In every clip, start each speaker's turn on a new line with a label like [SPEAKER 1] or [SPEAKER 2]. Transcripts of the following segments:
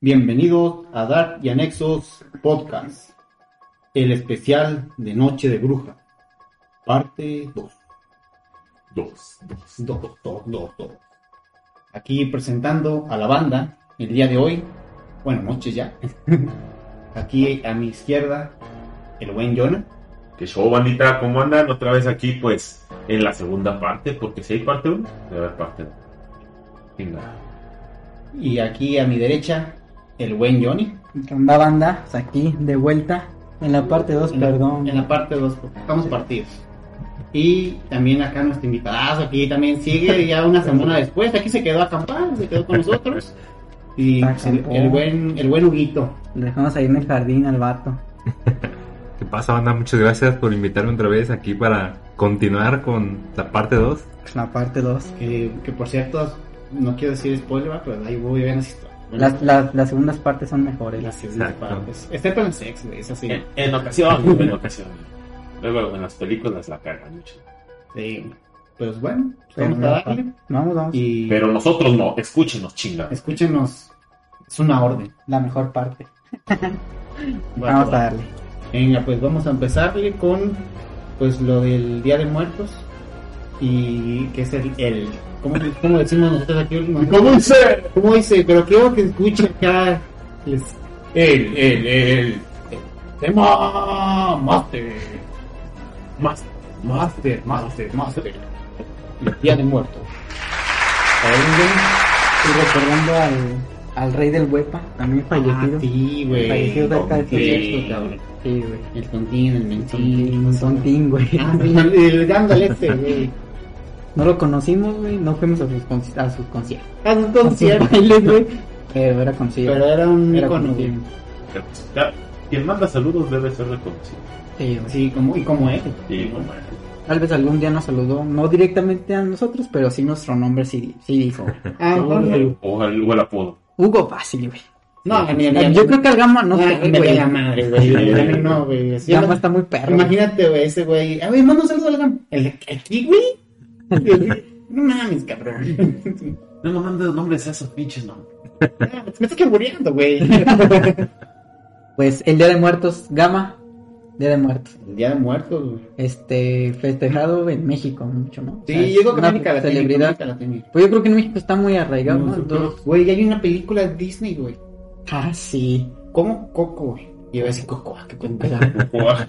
[SPEAKER 1] Bienvenidos a Dark y Anexos Podcast, el especial de Noche de Bruja, parte 2.
[SPEAKER 2] Dos, dos.
[SPEAKER 1] 2, 2, 2, 2. Aquí presentando a la banda el día de hoy, bueno, noche ya. Aquí a mi izquierda, el buen Jonah.
[SPEAKER 2] Que show, bandita, ¿cómo andan? Otra vez aquí, pues, en la segunda parte, porque si hay parte 1, debe haber parte 2. Venga.
[SPEAKER 1] Y aquí a mi derecha, el buen Johnny.
[SPEAKER 3] ¿Qué onda, banda? Pues Aquí, de vuelta, en la parte 2,
[SPEAKER 1] En la-
[SPEAKER 3] perdón.
[SPEAKER 1] En la parte 2, estamos partidos. Y también acá nuestro invitadazo, aquí también sigue ya una semana después, aquí se quedó a acampar, se quedó con nosotros. Y pues, el, el buen el buen Huguito.
[SPEAKER 3] Dejamos ahí en el jardín al vato.
[SPEAKER 4] ¿Qué pasa, banda? Muchas gracias por invitarme otra vez aquí para continuar con la parte 2.
[SPEAKER 3] La parte 2.
[SPEAKER 1] Que, que por cierto, no quiero decir spoiler, ¿va? pero ahí voy a ver las historias. Bueno,
[SPEAKER 3] Las, las, las segundas partes son mejores.
[SPEAKER 1] las segundas
[SPEAKER 4] Exacto.
[SPEAKER 1] partes. Excepto en el sexo, güey, es así.
[SPEAKER 2] En, en ocasión, en ocasión. Luego, en las películas la cagan mucho.
[SPEAKER 1] Sí. Pues bueno,
[SPEAKER 3] Pero
[SPEAKER 1] vamos a
[SPEAKER 3] no,
[SPEAKER 1] darle.
[SPEAKER 3] Vamos, vamos.
[SPEAKER 1] Y
[SPEAKER 2] Pero nosotros no, escúchenos, chingados.
[SPEAKER 1] escúchenos, es una orden.
[SPEAKER 3] La mejor parte.
[SPEAKER 1] Bueno,
[SPEAKER 3] vamos a darle.
[SPEAKER 1] Venga, pues vamos a empezarle con pues lo del Día de Muertos y que es el, el ¿cómo, cómo decimos nosotros aquí últimamente?
[SPEAKER 2] ¿Cómo dice?
[SPEAKER 1] ¿Cómo dice? Pero quiero que escuchen acá les-
[SPEAKER 2] El, el, el.
[SPEAKER 1] tema master,
[SPEAKER 2] Más.
[SPEAKER 1] master, master, master. El Día de Muertos. Ah, A ver, güey.
[SPEAKER 3] Y recordando al, al rey del huepa, también fallecido.
[SPEAKER 1] Ah, sí, güey.
[SPEAKER 3] Fallecido cerca del
[SPEAKER 2] Sí.
[SPEAKER 1] Cierto,
[SPEAKER 3] concierto.
[SPEAKER 1] cabrón.
[SPEAKER 3] Sí, güey.
[SPEAKER 1] El tontín, el mentín,
[SPEAKER 3] Son- Son ting, güey.
[SPEAKER 1] Ah, el gándale este, güey.
[SPEAKER 3] No lo conocimos, güey. No fuimos a sus, conci- a sus conciertos.
[SPEAKER 1] Haz un
[SPEAKER 3] A sus
[SPEAKER 1] concierto.
[SPEAKER 3] bailes, güey. Pero era concierto.
[SPEAKER 1] Pero era un
[SPEAKER 3] era
[SPEAKER 1] icono,
[SPEAKER 3] concierto.
[SPEAKER 1] güey.
[SPEAKER 2] Ya, Quien manda saludos debe ser reconocido.
[SPEAKER 3] Sí, güey.
[SPEAKER 1] Sí, como, y como él.
[SPEAKER 2] Y bueno,
[SPEAKER 3] Tal vez algún día nos saludó, no directamente a nosotros, pero sí nuestro nombre sí, sí dijo.
[SPEAKER 1] Ah, no,
[SPEAKER 2] o el, o el apodo.
[SPEAKER 3] Hugo Bassi, güey.
[SPEAKER 1] no, ni, ni,
[SPEAKER 3] Ah, Yo creo que el Gama no
[SPEAKER 1] no,
[SPEAKER 3] sé,
[SPEAKER 1] Ah, me
[SPEAKER 3] güey.
[SPEAKER 1] la madre, güey. No, güey. sí,
[SPEAKER 3] Gama
[SPEAKER 1] no-
[SPEAKER 3] está muy perro. güey.
[SPEAKER 1] Imagínate, güey, ese güey. A ver, manda un saludo al GAM. ¿El de aquí, güey? No mames, cabrón.
[SPEAKER 2] No me mandes nombres a esos pinches nombres.
[SPEAKER 1] Ah, Me estás quebureando, güey.
[SPEAKER 3] Pues el Día de Muertos, Gama, Día de Muertos.
[SPEAKER 1] El Día de Muertos, güey.
[SPEAKER 3] Este, festejado en México mucho, ¿no? O
[SPEAKER 1] Sí,
[SPEAKER 3] sea, es
[SPEAKER 1] yo creo que
[SPEAKER 3] una
[SPEAKER 1] América Latina.
[SPEAKER 3] celebridad.
[SPEAKER 1] América Latina.
[SPEAKER 3] Pues yo creo que en México está muy arraigado, ¿no? Entonces-
[SPEAKER 1] Güey, hay una película de Disney, güey.
[SPEAKER 3] Ah, sí.
[SPEAKER 1] ¿Cómo? Coco, güey. Y yo decía, Coco, ah, qué
[SPEAKER 3] O
[SPEAKER 1] pendejo.
[SPEAKER 3] sea,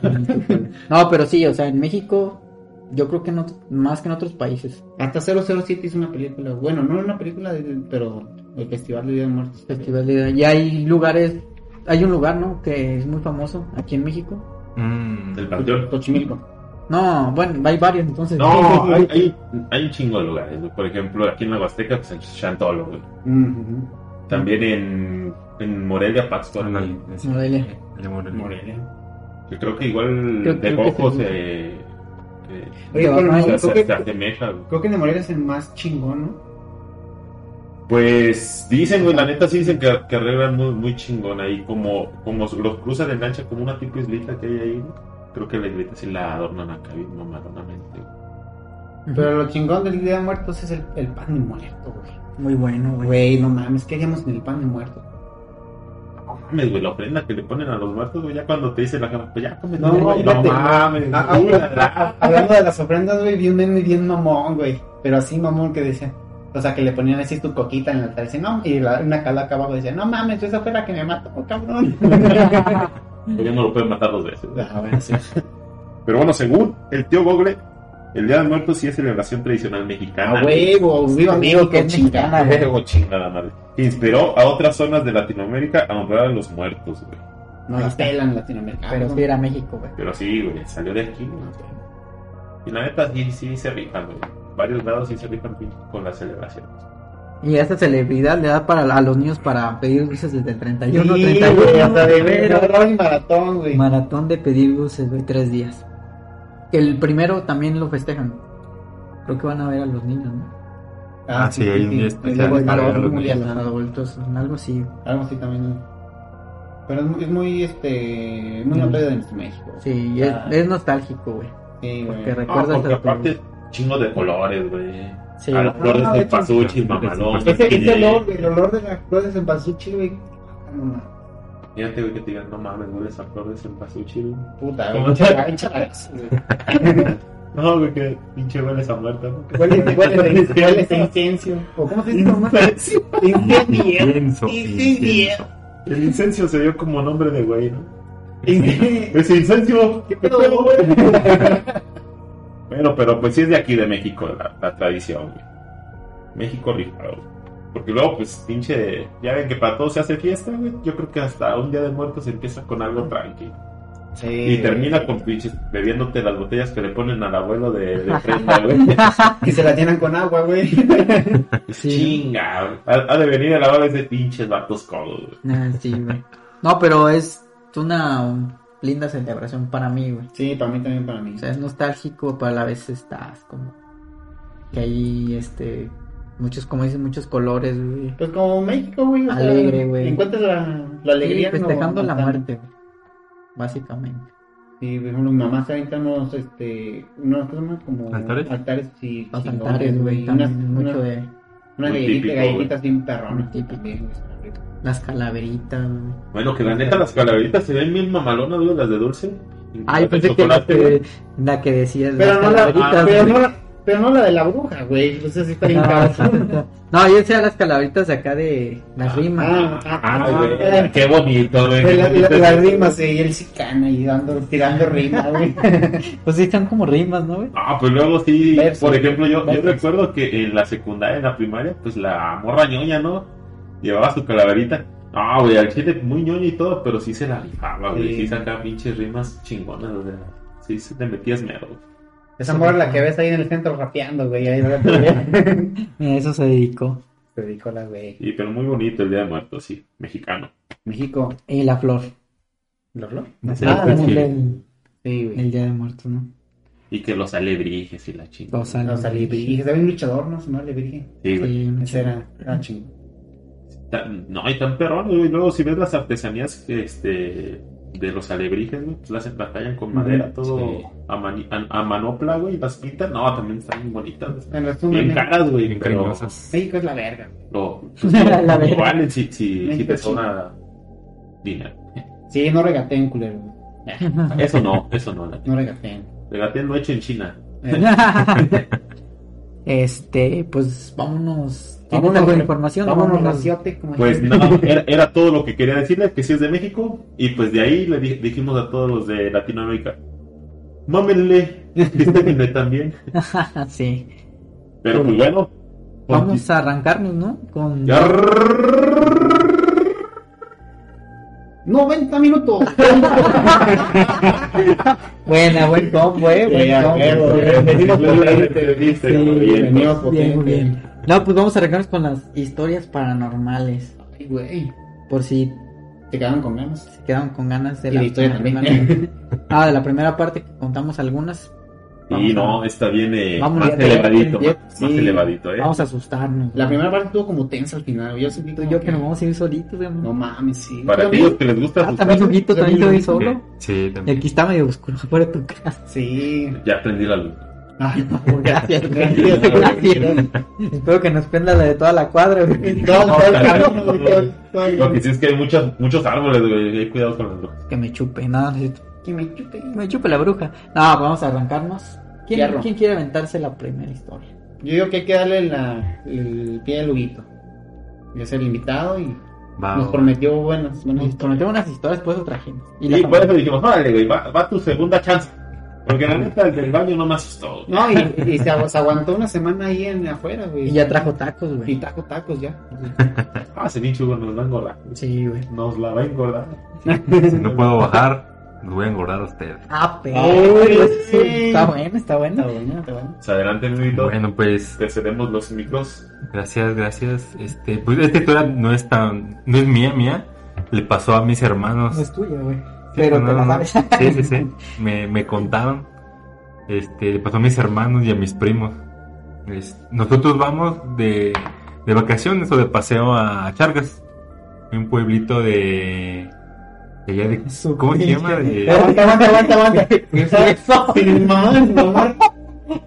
[SPEAKER 3] No, pero sí, o sea, en México, yo creo que no, más que en otros países.
[SPEAKER 1] Hasta 007 hizo una película. Bueno, no una película, de- pero el Festival de Día de Muertos.
[SPEAKER 3] Festival de Y hay lugares, hay un lugar, ¿no? Que es muy famoso aquí en México.
[SPEAKER 4] Mm,
[SPEAKER 2] Del panteón.
[SPEAKER 1] Xochimilco.
[SPEAKER 3] No, bueno, hay varios entonces.
[SPEAKER 2] No, hay, hay, hay un chingo de lugares. ¿no? Por ejemplo, aquí en la Huasteca, pues en Chantolo. güey.
[SPEAKER 1] Ujú.
[SPEAKER 2] También en, en Morelia, Pastor.
[SPEAKER 4] ándale, ese,
[SPEAKER 3] Morelia.
[SPEAKER 4] el de Morelia.
[SPEAKER 1] Morelia.
[SPEAKER 2] Yo creo que igual
[SPEAKER 3] Creo-
[SPEAKER 2] de
[SPEAKER 3] creo que
[SPEAKER 2] poco
[SPEAKER 3] sí.
[SPEAKER 2] se,
[SPEAKER 1] Oye,
[SPEAKER 3] Oye,
[SPEAKER 1] pero
[SPEAKER 3] no,
[SPEAKER 1] no,
[SPEAKER 2] se,
[SPEAKER 1] creo,
[SPEAKER 2] se-
[SPEAKER 1] que,
[SPEAKER 2] se asemeja. güey.
[SPEAKER 1] creo que el de Morelia es el más chingón, ¿no?
[SPEAKER 2] Pues dicen, güey, la neta sí dicen que, que arreglan muy, muy chingón ahí. Como, como los cruzan en lancha, como una tipo islita que hay ahí. ¿no? Creo que la islita sí la adornan acá bien mamadonamente. güey.
[SPEAKER 1] Pero lo chingón del Día de Muertos es el, el pan de muerto, güey.
[SPEAKER 3] Muy bueno, güey.
[SPEAKER 1] Güey, no mames, ¿qué haríamos en el pan de muerto?
[SPEAKER 2] No mames, güey, la ofrenda que le ponen a los muertos, güey, ya cuando te dice la gente, pues ya come
[SPEAKER 1] No,
[SPEAKER 2] güey, no
[SPEAKER 1] fíjate.
[SPEAKER 2] mames.
[SPEAKER 1] Ah, ah,
[SPEAKER 2] una,
[SPEAKER 1] ah, Hablando de las ofrendas, güey, vi un meme bien mamón, güey. Pero así mamón que decía. O sea, que le ponían así tu coquita en el altar. Decía, no, y la- una calaca abajo decía, no mames, esa fue la que me mató, cabrón.
[SPEAKER 2] Pues ya no lo pueden matar dos veces.
[SPEAKER 1] Ah, bueno, sí.
[SPEAKER 2] Pero bueno, según el tío Google, el Día de Muertos sí es celebración tradicional mexicana.
[SPEAKER 1] A huevo, viva México,
[SPEAKER 3] que es
[SPEAKER 1] chingada.
[SPEAKER 3] mexicana.
[SPEAKER 2] Ah, huevo, chingada madre. Que inspiró a otras zonas de Latinoamérica a honrar a los muertos, güey.
[SPEAKER 1] No la pelan Latinoamérica.
[SPEAKER 3] Pero sí era México, güey.
[SPEAKER 2] Pero sí, güey, salió de aquí, güey. Y la neta sí, sí se rifan, güey. Varios lados sí se rifan con la celebración.
[SPEAKER 3] Y a esta celebridad le da para a los niños para pedir dulces desde el 31,
[SPEAKER 1] Sí,
[SPEAKER 3] 31.
[SPEAKER 1] güey, hasta de ver,
[SPEAKER 3] febrero.
[SPEAKER 1] agarraba el maratón, güey.
[SPEAKER 3] Maratón de pedir dulces, güey, tres días. Que el primero también lo festejan. Creo que van a ver a los niños, ¿no? Pues,
[SPEAKER 4] Ah, sí, hay un día especial
[SPEAKER 1] luego el
[SPEAKER 4] para
[SPEAKER 1] maratón
[SPEAKER 4] ver los
[SPEAKER 1] mundial,
[SPEAKER 3] Los adultos, algo así.
[SPEAKER 1] Algo así también. Pero es muy, es muy este, muy
[SPEAKER 3] Mm.
[SPEAKER 1] una playa de nuestro México.
[SPEAKER 3] Sí, y
[SPEAKER 1] Ah.
[SPEAKER 3] es, es nostálgico, güey.
[SPEAKER 1] Sí, güey.
[SPEAKER 3] Porque
[SPEAKER 2] Ah,
[SPEAKER 3] recuerdas
[SPEAKER 2] porque
[SPEAKER 3] a tu-
[SPEAKER 2] aparte, chingo de colores, güey.
[SPEAKER 3] Sí,
[SPEAKER 2] a las
[SPEAKER 1] Ah,
[SPEAKER 2] flores
[SPEAKER 1] de
[SPEAKER 2] de
[SPEAKER 1] hecho.
[SPEAKER 2] pasuchis, mamalón.
[SPEAKER 1] Ese, ese
[SPEAKER 2] piñe.
[SPEAKER 1] olor, güey, el olor de las flores en Bazuchi, güey. No,
[SPEAKER 2] Fíjate, güey, que te digan, no mames, güey, esa flor es el pasuchi, güey.
[SPEAKER 1] Puta, güey, hincha- hincha la casa, güey.
[SPEAKER 2] No, güey, que pinche huele esa muerta, ¿no?
[SPEAKER 1] Huele, huele, huele, huele ese incienso. ¿O cómo se dice nomás?
[SPEAKER 4] Incienso,
[SPEAKER 1] Incienso.
[SPEAKER 4] incienso.
[SPEAKER 2] El incencio se dio como nombre de güey, ¿no?
[SPEAKER 1] Incienso.
[SPEAKER 2] ¡Ese incencio!
[SPEAKER 1] ¿Qué pedo, güey?
[SPEAKER 2] Bueno, pero pues sí es de aquí de México la, la tradición, güey. México rifado. güey. Porque luego, pues, pinche, ya ven que para todos se hace fiesta, güey. Yo creo que hasta un día de muertos empieza con algo tranqui.
[SPEAKER 1] Sí,
[SPEAKER 2] Y
[SPEAKER 1] güey.
[SPEAKER 2] termina con pinches bebiéndote las botellas que le ponen al abuelo de, de frente, güey.
[SPEAKER 1] Que se la llenan con agua, güey.
[SPEAKER 2] Chinga, güey. ha, ha de venir a lavar ese pinches vatos codos, güey.
[SPEAKER 3] Ah, sí, güey. No, pero es una um, linda celebración para mí, güey.
[SPEAKER 1] Sí, para mí también, para mí.
[SPEAKER 3] O sea, es nostálgico, pero a la vez estás como que ahí, este, muchos, como dicen, muchos colores, güey.
[SPEAKER 1] Pues como México, güey. o sea,
[SPEAKER 3] Alegre, güey.
[SPEAKER 1] Encuentras la, la alegría.
[SPEAKER 3] Sí, festejando
[SPEAKER 1] no-
[SPEAKER 3] la
[SPEAKER 1] no tan-
[SPEAKER 3] muerte, güey. Básicamente.
[SPEAKER 1] Sí, por ejemplo, mi mamá se avienta unos, este, unos, ¿cómo se llama? Como
[SPEAKER 4] ¿Altares?
[SPEAKER 1] Altares, sí.
[SPEAKER 3] Los
[SPEAKER 1] chingones,
[SPEAKER 3] altares, güey,
[SPEAKER 1] Unas,
[SPEAKER 3] también es mucho
[SPEAKER 1] unas,
[SPEAKER 3] de
[SPEAKER 1] unas
[SPEAKER 2] Muy
[SPEAKER 1] galletitas,
[SPEAKER 2] típico, güey.
[SPEAKER 1] galletitas bien perronas.
[SPEAKER 3] Muy típico.
[SPEAKER 1] también, güey.
[SPEAKER 3] las calaveritas, güey.
[SPEAKER 2] Bueno, que la neta, las calaveritas se ven bien mamalonas, güey, las de dulce. Las
[SPEAKER 3] Ay,
[SPEAKER 2] de
[SPEAKER 3] pensé que la
[SPEAKER 2] chocolate,
[SPEAKER 3] que,
[SPEAKER 2] güey.
[SPEAKER 3] la que decías,
[SPEAKER 1] Pero
[SPEAKER 3] las
[SPEAKER 1] no la, ah,
[SPEAKER 3] calaveritas,
[SPEAKER 1] pero
[SPEAKER 3] güey.
[SPEAKER 1] no la- pero no la de la bruja, güey. Pues así está bien
[SPEAKER 3] Ah.
[SPEAKER 1] cabrón.
[SPEAKER 3] No, no, yo decía las calaveritas de acá de las rimas.
[SPEAKER 1] Ah, ah,
[SPEAKER 2] Ay,
[SPEAKER 1] ah,
[SPEAKER 2] güey,
[SPEAKER 1] eh,
[SPEAKER 2] qué bonito, güey.
[SPEAKER 1] la,
[SPEAKER 2] qué
[SPEAKER 1] la,
[SPEAKER 2] bonito.
[SPEAKER 1] la rima, sí, y él sí cana y dando, tirando rima, güey.
[SPEAKER 3] Pues sí, están como rimas, ¿no, güey?
[SPEAKER 2] Ah, pues luego sí,
[SPEAKER 1] Verso.
[SPEAKER 2] por ejemplo, yo, yo
[SPEAKER 1] Verso.
[SPEAKER 2] recuerdo que en la secundaria, en la primaria, pues la morra ñoña, ¿no? Llevaba su calaverita. Ah, güey, al chile muy ñoño y todo, pero sí se la rifaba, güey.
[SPEAKER 1] Sí.
[SPEAKER 2] Sí, sacaba pinches rimas chingonas, o sea, sí se te metías miedo.
[SPEAKER 1] Esa morra la que ves ahí en el centro rapeando, güey. Ahí rato, güey.
[SPEAKER 3] A eso se dedicó.
[SPEAKER 1] Se dedicó la, güey.
[SPEAKER 2] Y pero muy bonito el Día de Muertos, sí, mexicano.
[SPEAKER 1] México,
[SPEAKER 3] Y la flor.
[SPEAKER 1] ¿lo habló?
[SPEAKER 3] La
[SPEAKER 2] Sí,
[SPEAKER 3] flor
[SPEAKER 1] ah,
[SPEAKER 3] como
[SPEAKER 2] sí.
[SPEAKER 3] el,
[SPEAKER 1] Sí, güey.
[SPEAKER 3] el Día de Muertos, ¿no?
[SPEAKER 2] Y que los alebrijes y la chingada.
[SPEAKER 3] Los
[SPEAKER 1] No, salí, dije, estaba un luchador, no se me alebrije.
[SPEAKER 2] Sí, güey.
[SPEAKER 3] Sí,
[SPEAKER 1] Ese era, era chingón.
[SPEAKER 2] Tan- no, y tan perrón, güey. Luego, si ves las artesanías este, de los alebrijes, güey, pues las las tallan con
[SPEAKER 1] Ujú,
[SPEAKER 2] madera, todo
[SPEAKER 4] sí.
[SPEAKER 2] a, mani- a- a manopla, güey, y las pintan. No, también están bien bonitas.
[SPEAKER 1] En
[SPEAKER 2] Bien
[SPEAKER 1] resumen,
[SPEAKER 2] caras, güey,
[SPEAKER 4] Bien
[SPEAKER 2] pero
[SPEAKER 4] cariñosas.
[SPEAKER 1] México es pues, la verga. güey.
[SPEAKER 2] lo,
[SPEAKER 3] La
[SPEAKER 2] lo
[SPEAKER 3] verdad.
[SPEAKER 2] valen si, si, si
[SPEAKER 1] México,
[SPEAKER 2] te
[SPEAKER 1] sí.
[SPEAKER 2] suena dinero.
[SPEAKER 1] Sí, no regateen, culero. güey.
[SPEAKER 2] Eso no, eso no. la-
[SPEAKER 1] No regateen.
[SPEAKER 2] Regateen lo hecho en China.
[SPEAKER 3] Pues
[SPEAKER 1] Eh,
[SPEAKER 3] este, pues vámonos. ¿Tienes
[SPEAKER 1] vámonos,
[SPEAKER 3] algo de
[SPEAKER 1] güey.
[SPEAKER 3] información?
[SPEAKER 1] Vámonos,
[SPEAKER 3] Vámonos.
[SPEAKER 1] raciote, como
[SPEAKER 2] Pues
[SPEAKER 1] dicen.
[SPEAKER 2] no, era, era todo lo que quería decirles, que sí es de México, y pues de ahí le di- dijimos a todos los de Latinoamérica, mámenle, disfrútenle también.
[SPEAKER 3] sí.
[SPEAKER 2] Pero pues bueno,
[SPEAKER 3] Vamos a arrancarnos, ¿no? Con
[SPEAKER 2] Ya arr-
[SPEAKER 1] 90 minutos.
[SPEAKER 3] buena, buen combo, eh. Buen
[SPEAKER 1] Ya,
[SPEAKER 3] combo,
[SPEAKER 1] ya,
[SPEAKER 3] güey.
[SPEAKER 1] ya, Venimos por
[SPEAKER 2] Te viste,
[SPEAKER 3] Sí,
[SPEAKER 2] güey, bien, pues.
[SPEAKER 1] venimos por
[SPEAKER 3] Bien, bien. No, pues vamos a arrancarnos con las historias paranormales.
[SPEAKER 1] Ay, güey.
[SPEAKER 3] Por si
[SPEAKER 1] Te quedaron con ganas.
[SPEAKER 3] se quedaron con ganas de
[SPEAKER 1] Y la historia
[SPEAKER 3] primera- Ah, de la primera parte que contamos algunas.
[SPEAKER 2] Y
[SPEAKER 3] Vamos
[SPEAKER 2] no,
[SPEAKER 3] a-
[SPEAKER 2] está bien eh,
[SPEAKER 3] Vámonos,
[SPEAKER 2] más
[SPEAKER 3] ya te-
[SPEAKER 2] elevadito,
[SPEAKER 3] ya-
[SPEAKER 2] más
[SPEAKER 3] sí.
[SPEAKER 2] elevadito, eh.
[SPEAKER 3] Vamos a asustarnos.
[SPEAKER 1] La primera parte estuvo como tensa al final. güey. Yo sentí
[SPEAKER 3] Tú
[SPEAKER 1] como
[SPEAKER 3] y yo que nos vamos a ir solitos, güey.
[SPEAKER 1] No mames, sí.
[SPEAKER 2] Para
[SPEAKER 1] Yo
[SPEAKER 2] aquellos
[SPEAKER 1] también.
[SPEAKER 2] que les gusta pues,
[SPEAKER 3] Ah, también
[SPEAKER 2] asustarse,
[SPEAKER 3] Huguito, también yo vi solo.
[SPEAKER 4] Sí,
[SPEAKER 3] Y
[SPEAKER 4] también.
[SPEAKER 3] aquí está medio oscuro fuera de tu casa.
[SPEAKER 1] Sí.
[SPEAKER 2] ya aprendí la luz.
[SPEAKER 1] Ay,
[SPEAKER 3] Gracias,
[SPEAKER 1] Gracias,
[SPEAKER 3] gracias, gracias. Espero que nos prenda la de toda la cuadra, güey.
[SPEAKER 1] todo, todo el
[SPEAKER 2] también.
[SPEAKER 1] camino, güey, todo el- todo el-
[SPEAKER 2] Lo que sí es que hay muchos, muchos árboles, güey, hay cuidado con las drogas.
[SPEAKER 3] Que me chupe, nada, no es cierto.
[SPEAKER 1] Que me chute.
[SPEAKER 3] Que me chupe la bruja. No, vamos a arrancarnos. ¿Quién,
[SPEAKER 1] Fierro.
[SPEAKER 3] ¿quién quiere aventarse la primera historia?
[SPEAKER 1] Yo digo que hay que darle la, el pie al luguito. Es el invitado y
[SPEAKER 4] Va,
[SPEAKER 1] nos
[SPEAKER 4] va.
[SPEAKER 1] prometió buenas, buenas
[SPEAKER 3] Ah, Nos
[SPEAKER 1] historias.
[SPEAKER 3] prometemos unas historias, por eso trajimos.
[SPEAKER 2] Y,
[SPEAKER 3] las
[SPEAKER 2] por eso dijimos, órale, güey, va, va tu segunda chance. Porque la neta, el del baño no me asustó. güey.
[SPEAKER 1] No, y, y se, agu- se aguantó una semana ahí en afuera, güey.
[SPEAKER 3] Y ya trajo tacos,
[SPEAKER 1] Y
[SPEAKER 3] güey.
[SPEAKER 1] taco tacos ya.
[SPEAKER 2] Ah, ese bicho, güey, nos va a engordar.
[SPEAKER 3] Sí, güey.
[SPEAKER 2] Nos la va a engordar.
[SPEAKER 4] Si no puedo bajar, los voy a engordar a ustedes.
[SPEAKER 3] Ah, pero.
[SPEAKER 1] Ay,
[SPEAKER 3] pues, sí,
[SPEAKER 1] güey.
[SPEAKER 3] Está bueno, está
[SPEAKER 1] Está
[SPEAKER 3] bueno.
[SPEAKER 1] bueno, está bueno.
[SPEAKER 2] Se Pues, adelante, mi Vito.
[SPEAKER 4] Bueno, pues,
[SPEAKER 2] Te cedemos los micros.
[SPEAKER 4] gracias, gracias. Este, pues esta historia no es tan, no es mía, mía. Le pasó a mis hermanos.
[SPEAKER 3] No Pues es tuya, güey.
[SPEAKER 4] Sí,
[SPEAKER 3] Pero
[SPEAKER 4] no,
[SPEAKER 3] te la
[SPEAKER 4] no, no.
[SPEAKER 3] sabes.
[SPEAKER 4] Sí, sí, sí. Me, me contaron. Este, le pasó a mis hermanos y a mis primos. Es- nosotros vamos de, de vacaciones o de paseo a Charcas. Un pueblito de. de allá de-
[SPEAKER 3] Su
[SPEAKER 4] ¿Cómo se
[SPEAKER 3] pinche-
[SPEAKER 4] llama? De-
[SPEAKER 1] Aguanta, aguanta, aguanta, aguanta.
[SPEAKER 3] Eso.
[SPEAKER 1] Sin mamar, sin mamar.